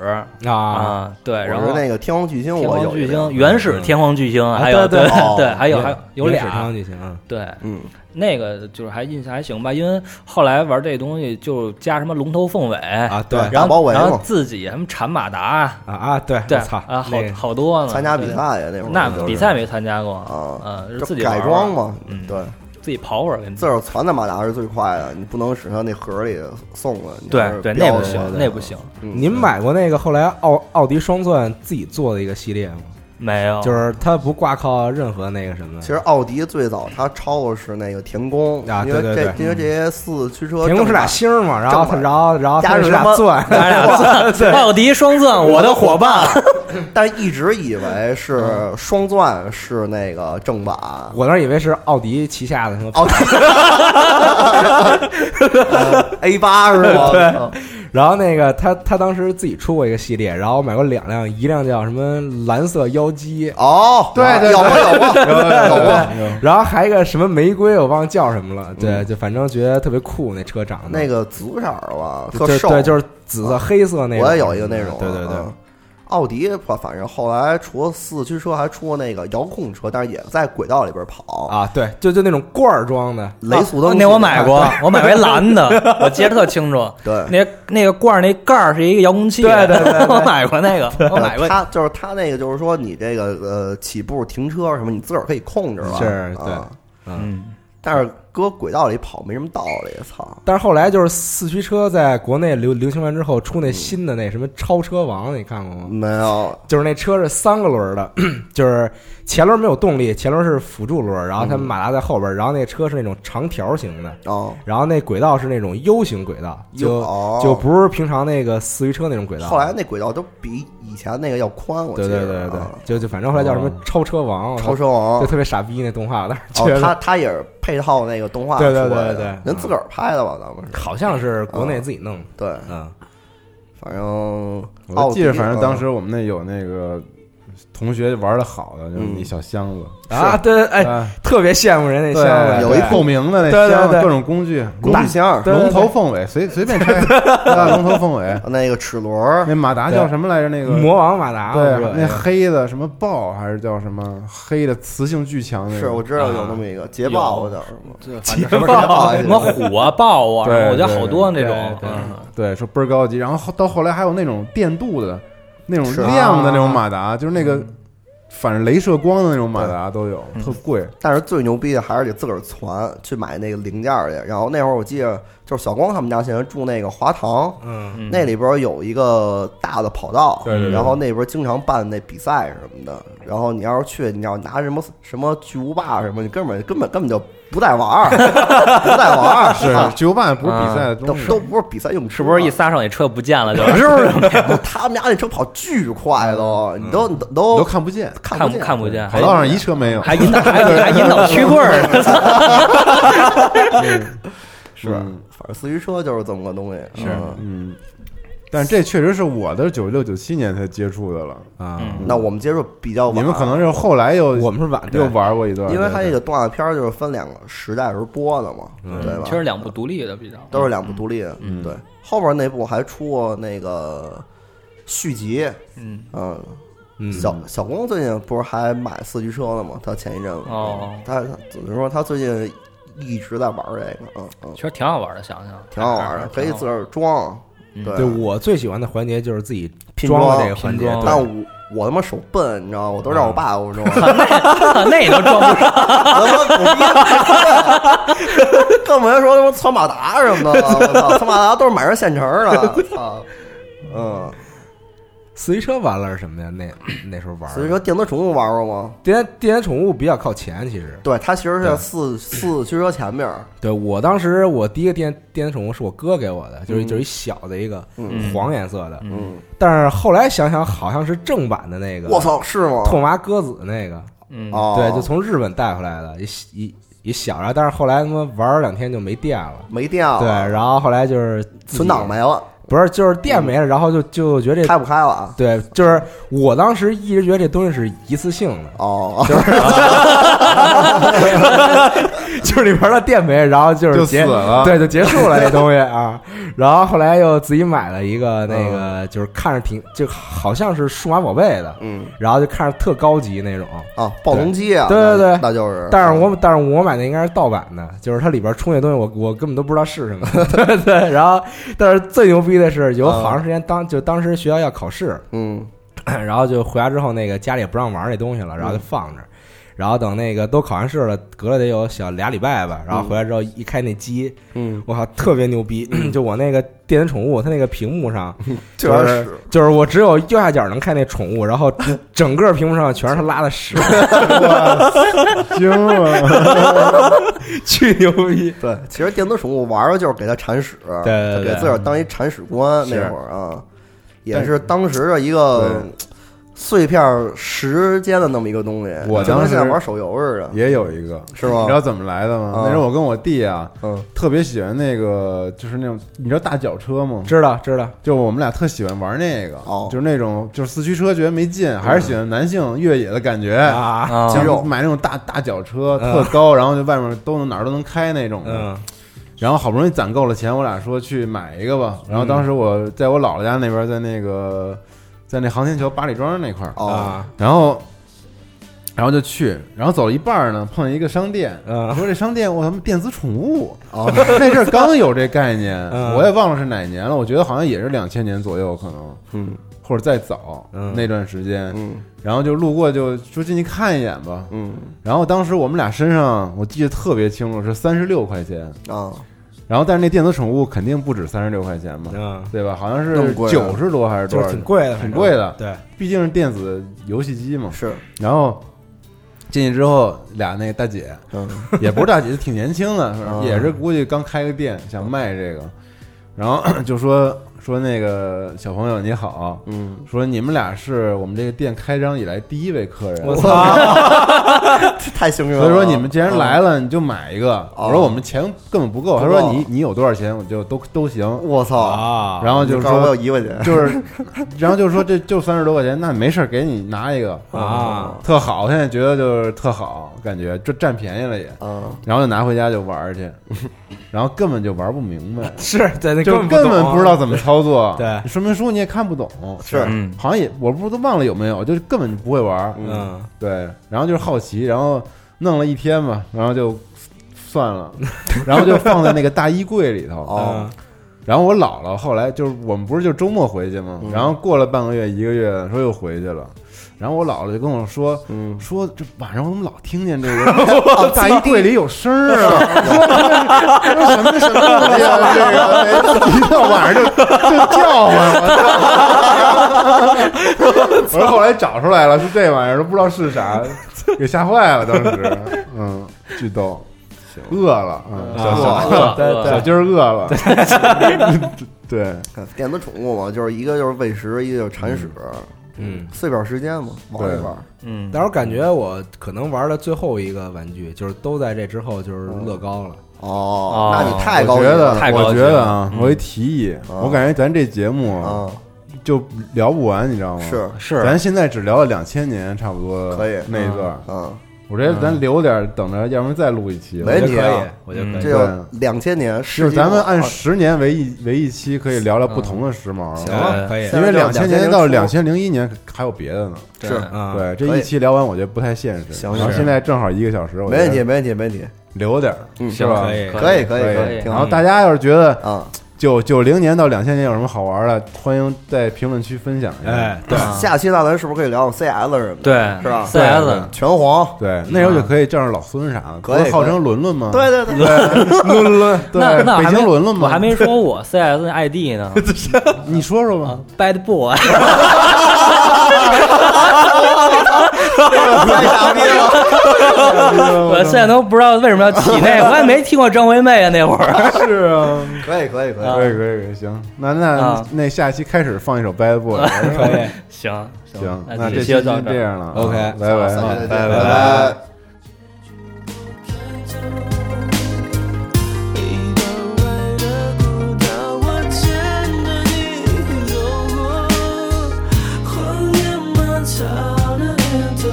S10: 啊，
S3: 啊，对，然
S4: 我
S3: 后
S4: 是那个天皇巨星，
S3: 天
S4: 我
S3: 皇
S4: 有一
S3: 巨
S4: 辆
S3: 星，原始天皇巨星，还有
S10: 对
S3: 啊对
S10: 对
S4: 哦
S3: 对，还有还有有
S10: 原始
S3: 俩
S10: 汤，就行啊，
S3: 对，
S4: 嗯，
S3: 那个就是还印象还行吧，因为后来玩这东西就加什么龙头凤尾啊
S10: 哎对
S3: 然
S4: 大包
S3: 后
S4: 围嘛
S3: 然后自己什么铲马达，
S10: 啊啊，对，
S3: 对，
S10: 我操
S3: 啊，好
S10: 那个
S3: 好多呢，
S4: 参加比
S3: 对。
S4: 赛那会儿，
S3: 那
S4: 就是
S3: 比赛没参加过
S4: 啊
S3: 嗯，是
S4: 这
S3: 自己
S4: 改
S3: 玩
S4: 装
S3: 玩，
S4: 嘛，
S3: 嗯
S4: 对，
S3: 自己刨会儿跟
S4: 自个儿攒的马达是最快的，你不能使它那盒里送了，你还
S3: 对
S4: 是
S3: 对，
S4: 标
S3: 那不
S4: 的
S3: 行，那不行，
S4: 嗯
S10: 您买过那个后来奥奥迪双钻自己做的一个系列吗？
S3: 没有，
S10: 就是它不挂靠任何那个什么
S4: 其，实奥迪最早它抄的是那个田宫
S10: 啊
S4: 因为
S10: 对
S4: 这
S10: 对对
S4: 因为这些四驱车
S10: 田宫是
S4: 正版
S10: 俩星儿嘛，然后它
S4: 正版
S10: 然后然后
S4: 加
S10: 它
S4: 上
S10: 是
S4: 什
S10: 俩
S4: 么
S10: 钻，
S3: 咱 俩钻，奥迪双钻，我的伙伴，
S4: 但是一直以为
S10: 嗯
S4: 是双钻是那个正版。
S10: 我当时以为是奥迪旗下的什么
S4: 奥迪 A 八是吗？
S10: 对 然后那个他他当时自己出过一个系列，然后我买过两辆，一辆叫什么蓝色妖姬，
S4: 哦，
S5: 对对对
S4: 有过有过有过。
S10: 然后还有一个什么玫瑰，我忘了叫什么了。
S4: 嗯
S10: 对，就反正觉得特别酷，那车长得
S4: 那个紫色儿吧，特
S10: 对
S4: 瘦。啊
S10: 对，就是紫色黑色那个。
S4: 我也有一个那种。
S10: 对对对，
S4: 嗯奥迪反反正后来除了四驱车，还出过那个遥控车，但是也在轨道里边跑。
S10: 啊，对，就就那种罐儿装的，
S4: 雷速登系列
S3: 那我买 过，我买过一蓝的，我记得特清楚。
S4: 对
S3: 那那个罐儿那盖儿是一个遥控器，啊
S10: 对对对对
S3: 我买过那个，我买过。
S4: 他就是他那个，就是说你这个呃起步、停车什么，你自个儿可以控制了。
S10: 是对
S4: 啊
S3: 嗯，
S4: 但是搁轨道里跑没什么道理，操！
S10: 但是后来就是四驱车在国内流流行完之后，出
S4: 嗯
S10: 那新的那什么超车王，你看过吗？
S4: 没有，
S10: 就是那车是三个轮儿的， 就是前轮没有动力，前轮是辅助轮儿，然后
S4: 嗯
S10: 它马达在后边儿，然后那车是那种长条形的，
S4: 哦，
S10: 然后那轨道是那种 U 型轨道，就、
S4: 哦
S10: 就不是平常那个四驱车那种轨道。
S4: 后来那轨道都比以前那个要宽，我
S10: 对
S4: 记得。
S10: 对对对对
S4: 啊，
S10: 就就反正后来叫什么超车王，
S4: 超
S10: 车
S4: 车王
S10: 就特别傻逼那动画，但是觉
S4: 哦，
S10: 得、
S4: 他他也是配套那个动画出
S10: 对
S4: 来
S10: 对
S4: 的，
S10: 对对对嗯
S4: 人自个儿拍的吧，咱们是。
S10: 好像是国内自己弄的。
S4: 对，
S10: 嗯，
S4: 反正
S5: 我
S4: 奥
S5: 记得，
S4: 迪
S5: 反正
S4: 嗯
S5: 当时我们那有那个同学玩的好的，就是
S4: 嗯
S5: 那小箱子，
S10: 啊，对，对哎，
S5: 哎，
S10: 特别羡慕人那
S5: 对
S10: 箱子，
S4: 有一
S10: 对
S5: 透明的
S10: 对
S5: 那
S10: 对
S5: 箱
S10: 对
S5: 子，各种工具，
S4: 工
S5: 龙
S4: 具箱
S10: 对对
S5: 龙头凤尾，随随便拆，啊龙头凤尾，
S4: 呃那个齿轮儿
S5: 那马达叫什么来着？那个
S10: 魔王马达，我知道
S5: 对，
S10: 个
S5: 那黑的什么豹还是叫什么黑的磁性巨强那个？
S4: 是我知道有那么一个捷豹，
S3: 有
S4: 我叫什么？
S3: 捷
S4: 什么什么豹
S3: 什么虎啊、豹啊，
S5: 对
S3: 我觉得
S5: 对
S3: 好多那种。
S10: 对对
S3: 嗯
S5: 对，说倍儿高级。然后后到后来还有那种电镀的、那种
S4: 是
S5: 亮的那种马达，就是那个反正镭射光的那种马达都有，特贵。
S4: 但是最牛逼的还是得自个儿攒去买那个零件儿去。然后那会儿我记得就是小光他们家现在住那个华堂，
S10: 嗯，
S3: 嗯
S4: 那里边有一个大的跑道，
S5: 对对对
S4: 然后那边经常办那比赛什么的。然后你要是去，你要拿什么什么巨无霸什么，你根本根本根本就不带玩儿， 不 带玩儿，
S5: 是
S4: 啊
S5: 巨无霸不是比赛的东西，
S4: 都不是比赛用
S3: 是
S4: 车，
S3: 不是一撒手那车不见了就？
S4: 是不是？ 他们家那车跑巨快都，你都你都
S5: 都
S4: 都
S5: 看不见，
S4: 看
S3: 看
S4: 不见，
S3: 看不见，
S5: 跑
S3: 还
S5: 道上一车没有。
S3: 还引导还还引导曲棍 儿呢。
S4: 是，反正四驱车就是这么个东西，啊是。
S5: 嗯，但是这确实是我的九六九七年才接触的了，
S10: 啊，
S4: 那我们接触比较晚，
S5: 你们可能是后来又
S10: 我们是晚对
S5: 又玩过一段，
S4: 因为
S5: 对
S4: 它这个动画片儿就是分两个时代而播的嘛，对吧？
S3: 其实两部独立的比较
S4: 都是两部独立的，对。后边那部还出过那个续集，
S3: 嗯
S4: 嗯，小小光最近不是还买四驱车了吗？他前一阵子，
S3: 哦
S4: 他怎么说？他最近一直在玩这个，嗯嗯
S3: 其，实挺好玩的，想想
S4: 挺好玩的，可以自个儿装，
S10: 嗯对我最喜欢的环节就是自己
S4: 拼
S10: 装
S4: 装
S10: 的这个环节
S3: 拼，装
S4: 但
S10: 对
S4: 我我他妈手笨，你知道吗？我都让我爸给我装，我
S3: 玩那也都装不上。
S4: 他妈狗逼，更别说他妈窜马达什么 的了，我操，窜马达都是买人现成的，操，嗯，
S10: 四驱车玩了是什么呀？那那时候玩儿，
S4: 所以说电子宠物玩过吗？
S10: 电电子宠物比较靠前，其实
S4: 对，它其实
S10: 对
S4: 是四四驱车前面儿，
S10: 对我当时我第一个电电子宠物是我哥给我的，就是
S4: 嗯
S10: 就是一小的一个
S4: 嗯
S10: 黄颜色的，
S4: 嗯，
S10: 但是后来想想好像是正版的那个，
S4: 我，操，是吗？
S10: 痛麻鸽子那个，
S3: 嗯，
S4: 哦，
S10: 对，就从日本带回来的，一一一小，然后但是后来他妈玩儿两天就没电了，
S4: 没电了，
S10: 对，然后后来就是自己
S4: 哦存档没了，
S10: 不是就是电没了，然后就就觉得这
S4: 开不开了啊？
S10: 对，就是我当时一直觉得这东西是一次性的，
S4: 哦，
S10: 就是你玩到电没，然后就是
S5: 就
S10: 结
S5: 死了
S10: 对，就结束了这东西啊。然后后来又自己买了一个
S4: 嗯
S10: 那个，就是看着挺就好像是数码宝贝的，
S4: 嗯，
S10: 然后就看着特高级那种。
S4: 啊，暴龙机啊，
S10: 对对对
S4: 那就是，
S10: 但是我但是我买的应该是盗版的，就是它里边充那东西我，我根本都不知道是什么。对对，然后但是最牛逼的是，有好长时间当就当时学校要考试，
S4: 嗯，
S10: 然后就回家之后，那个家里也不让玩这东西了，然后就放着。然后等那个都考完试了，隔了得有小俩礼拜吧。然后回来之后一开那机，
S4: 嗯，
S10: 我靠，特别牛逼！ 就我那个电子宠物，它那个屏幕上
S4: 这
S10: 就
S4: 玩意儿
S10: 是就是我只有右下角能看那宠物，然后整个屏幕上全是它拉的屎，
S5: 惊了，
S10: 巨牛逼！
S4: 对，其实电子宠物玩的就是给它铲屎，
S10: 对
S5: 呃
S10: 对对
S4: 给自个儿当一铲屎官那会儿啊，也是当时的一
S5: 对
S4: 个碎片时间的那么一个东西，
S5: 我
S4: 就跟
S5: 当时
S4: 现在玩手游似的，
S5: 也有一个。
S4: 是吗
S5: 你知？道怎么来的吗？
S4: 嗯
S5: 那时候我跟我弟啊，
S4: 嗯，
S5: 特别喜欢那个，就是那种你知道大脚车吗？
S10: 知道知道，
S5: 就我们俩特喜欢玩那个，
S4: 哦
S5: 就是那种就是四驱车觉得没劲，还是喜欢男性越野的感觉
S10: 啊
S3: 啊
S5: 肌肉买那种大大脚车，
S10: 嗯
S5: 特高，然后就外面都能哪儿都能开那种的。
S10: 嗯
S5: 然后好不容易攒够了钱，我俩说去买一个吧。
S4: 嗯
S5: 然后当时我在我姥姥家那边，在那个在那航天桥八里庄那块儿，
S4: 哦，
S10: 啊
S5: 然后然后就去，然后走了一半儿呢，碰见一个商店，
S10: 嗯
S5: 说这商店我他妈电子宠物，
S4: 哦
S5: 那阵儿刚有这概 念，
S10: 嗯
S5: 我也忘了是哪年了，我觉得好像也是两千年左右可能。
S4: 嗯
S5: 或者再早、
S10: 嗯
S5: 那段时间，
S4: 嗯
S5: 然后就路过就说进去看一眼吧。
S4: 嗯
S5: 然后当时我们俩身上我记得特别清楚是三十六块钱，
S4: 啊，
S5: 然后但是那电子宠物肯定不止三十六块钱嘛，
S10: 嗯，
S5: 对吧？好像
S4: 那
S5: 是
S4: 么贵啊
S5: 九十多还是
S10: 就
S5: 多
S10: 是
S5: 少
S10: 挺？贵的，
S5: 挺贵的
S10: 反正
S5: 毕竟是电子游戏机嘛。
S4: 是，
S5: 然后进去之后，俩那大姐
S4: 嗯
S5: 也不是大姐，挺年轻的，是吧
S4: 啊
S5: 也是估计刚开个店想卖这个，然后 就说说那个小朋友你好，
S4: 嗯，
S5: 说你们俩是我们这个店开张以来第一位客人，
S10: 对，我操，
S4: 太幸运了。啊
S5: 所以说你们既然来了，你就买一个。我说我们钱根本不够，他
S4: 不够
S5: 说你你有多少钱我就都都行。
S4: 嗯，我操，
S10: 啊，
S5: 然后就
S4: 你
S5: 是
S4: 告诉我有
S5: 说
S4: 一块钱
S5: 就是，然后就说这就三十多块钱，那没事儿给你拿一个
S10: 啊，，
S5: 特好。现在觉得就是特好，感觉这占便宜了也，
S4: 啊，
S5: 然后就拿回家就玩儿去，然后根本就玩不明白
S10: 是对，那
S5: 就
S10: 根
S5: 根本不知道怎
S10: 么
S5: 么操作。
S10: 对
S5: 说明书你也看不懂，
S4: 是
S3: 嗯，
S5: 好像也我不都忘了有没有，就是根本就不会玩儿。
S10: 懂啊，
S5: 对，然后就是好奇，然后弄了一天嘛，然后就算了，然后就放在那个大衣柜里头。
S4: 哦
S10: 嗯，
S5: 然后我姥姥后来就是我们不是就周末回去嘛，然后过了半个月一个月的时候又回去了，然后我姥姥就跟我说。
S4: 嗯，
S5: 说这晚上我怎么老听见这 个大衣柜里有声儿啊？说什么什么东西啊？哎这个一到晚上就就叫唤我。 我说后来找出来了，是这玩意儿，都不知道是啥，给吓坏了。当时，嗯，巨逗。饿了，嗯小
S4: 饿 了饿
S5: 小
S4: 了
S5: 小鸡儿饿了， 对，
S4: 电子宠物嘛，就是一个就是喂食，一个就是铲屎，
S10: 嗯，
S4: 碎片时间嘛，玩一玩。
S10: 嗯，但是我感觉我可能玩的最后一个玩具，就是都在这之后就是乐高了。
S4: 哦那你太
S5: 啊我
S4: 高
S5: 觉
S4: 级了，嗯
S5: 得，我觉得啊，我一提议，我感觉咱这节目
S4: 啊
S5: 就聊不完，你知道吗？
S4: 是是
S5: 啊咱现在只聊了两千年差不多，
S4: 可以
S5: 那一段，
S4: 嗯，
S5: 我觉得咱留点儿，等着，要不然再录一期，
S4: 没问题啊，
S5: 我觉得可以，哎
S4: 这
S5: 对
S4: 有两千年，
S5: 就是咱们按
S4: 时
S5: 十年为一为一期，可以聊聊不同的时髦。
S4: 行啊可以
S5: 因为两千
S4: 现在就
S5: 年到两
S4: 2000
S5: 千零一年还有别的呢。
S4: 是嗯
S5: 对这
S4: 可
S5: 一
S4: 以
S5: 期聊完，我觉得不太现实。
S4: 行
S5: 然后
S4: 是
S5: 现在正好一个小时，我觉
S4: 没
S5: 得
S4: 问题，没问题，没问题。
S5: 留点儿，
S4: 嗯
S5: 是吧？
S4: 可以可以可以可以挺好
S5: 然后大家要是觉得啊。九九零年到两千年有什么好玩的？欢迎在评论区分享一下。
S3: 哎
S10: 哎
S4: 下期大咱是不是可以聊聊 CS 什么的？
S5: 啊对
S4: 是吧
S5: 对对
S4: 拳皇，
S5: 对，那时
S3: 啊
S5: 候就可以叫上老孙啥的，
S4: 可以
S5: 不是号称伦伦吗？
S4: 对对对
S5: 伦伦，
S3: 那
S5: 对，
S3: 那
S5: 北
S3: 还没
S5: 京伦伦嘛。
S3: 我还没说我 CS 那 ID 呢。
S5: 你说说吧
S3: ，Bad Boy。
S4: 太傻逼了！
S3: 啊 我现在都不知道为什么要提那个，我也没听过张惠妹啊那会儿。
S5: 是啊，
S4: 可以可以可
S5: 可以可以可以，行，那那
S3: 啊
S5: 那下期开始放一首《Bad Boy》，
S3: 可以行行
S5: 行，
S3: 那
S5: 那
S3: 这
S5: 这
S3: 期
S5: 期
S3: 就
S5: 就
S3: 到这儿
S5: 这样了啊
S10: OK，
S5: 拜拜
S10: 好
S5: 啊
S10: 再见
S5: 拜
S10: 拜拜。
S11: 到我见了你，走过荒野漫草的念头，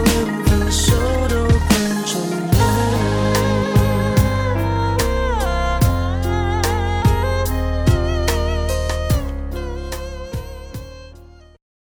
S11: 就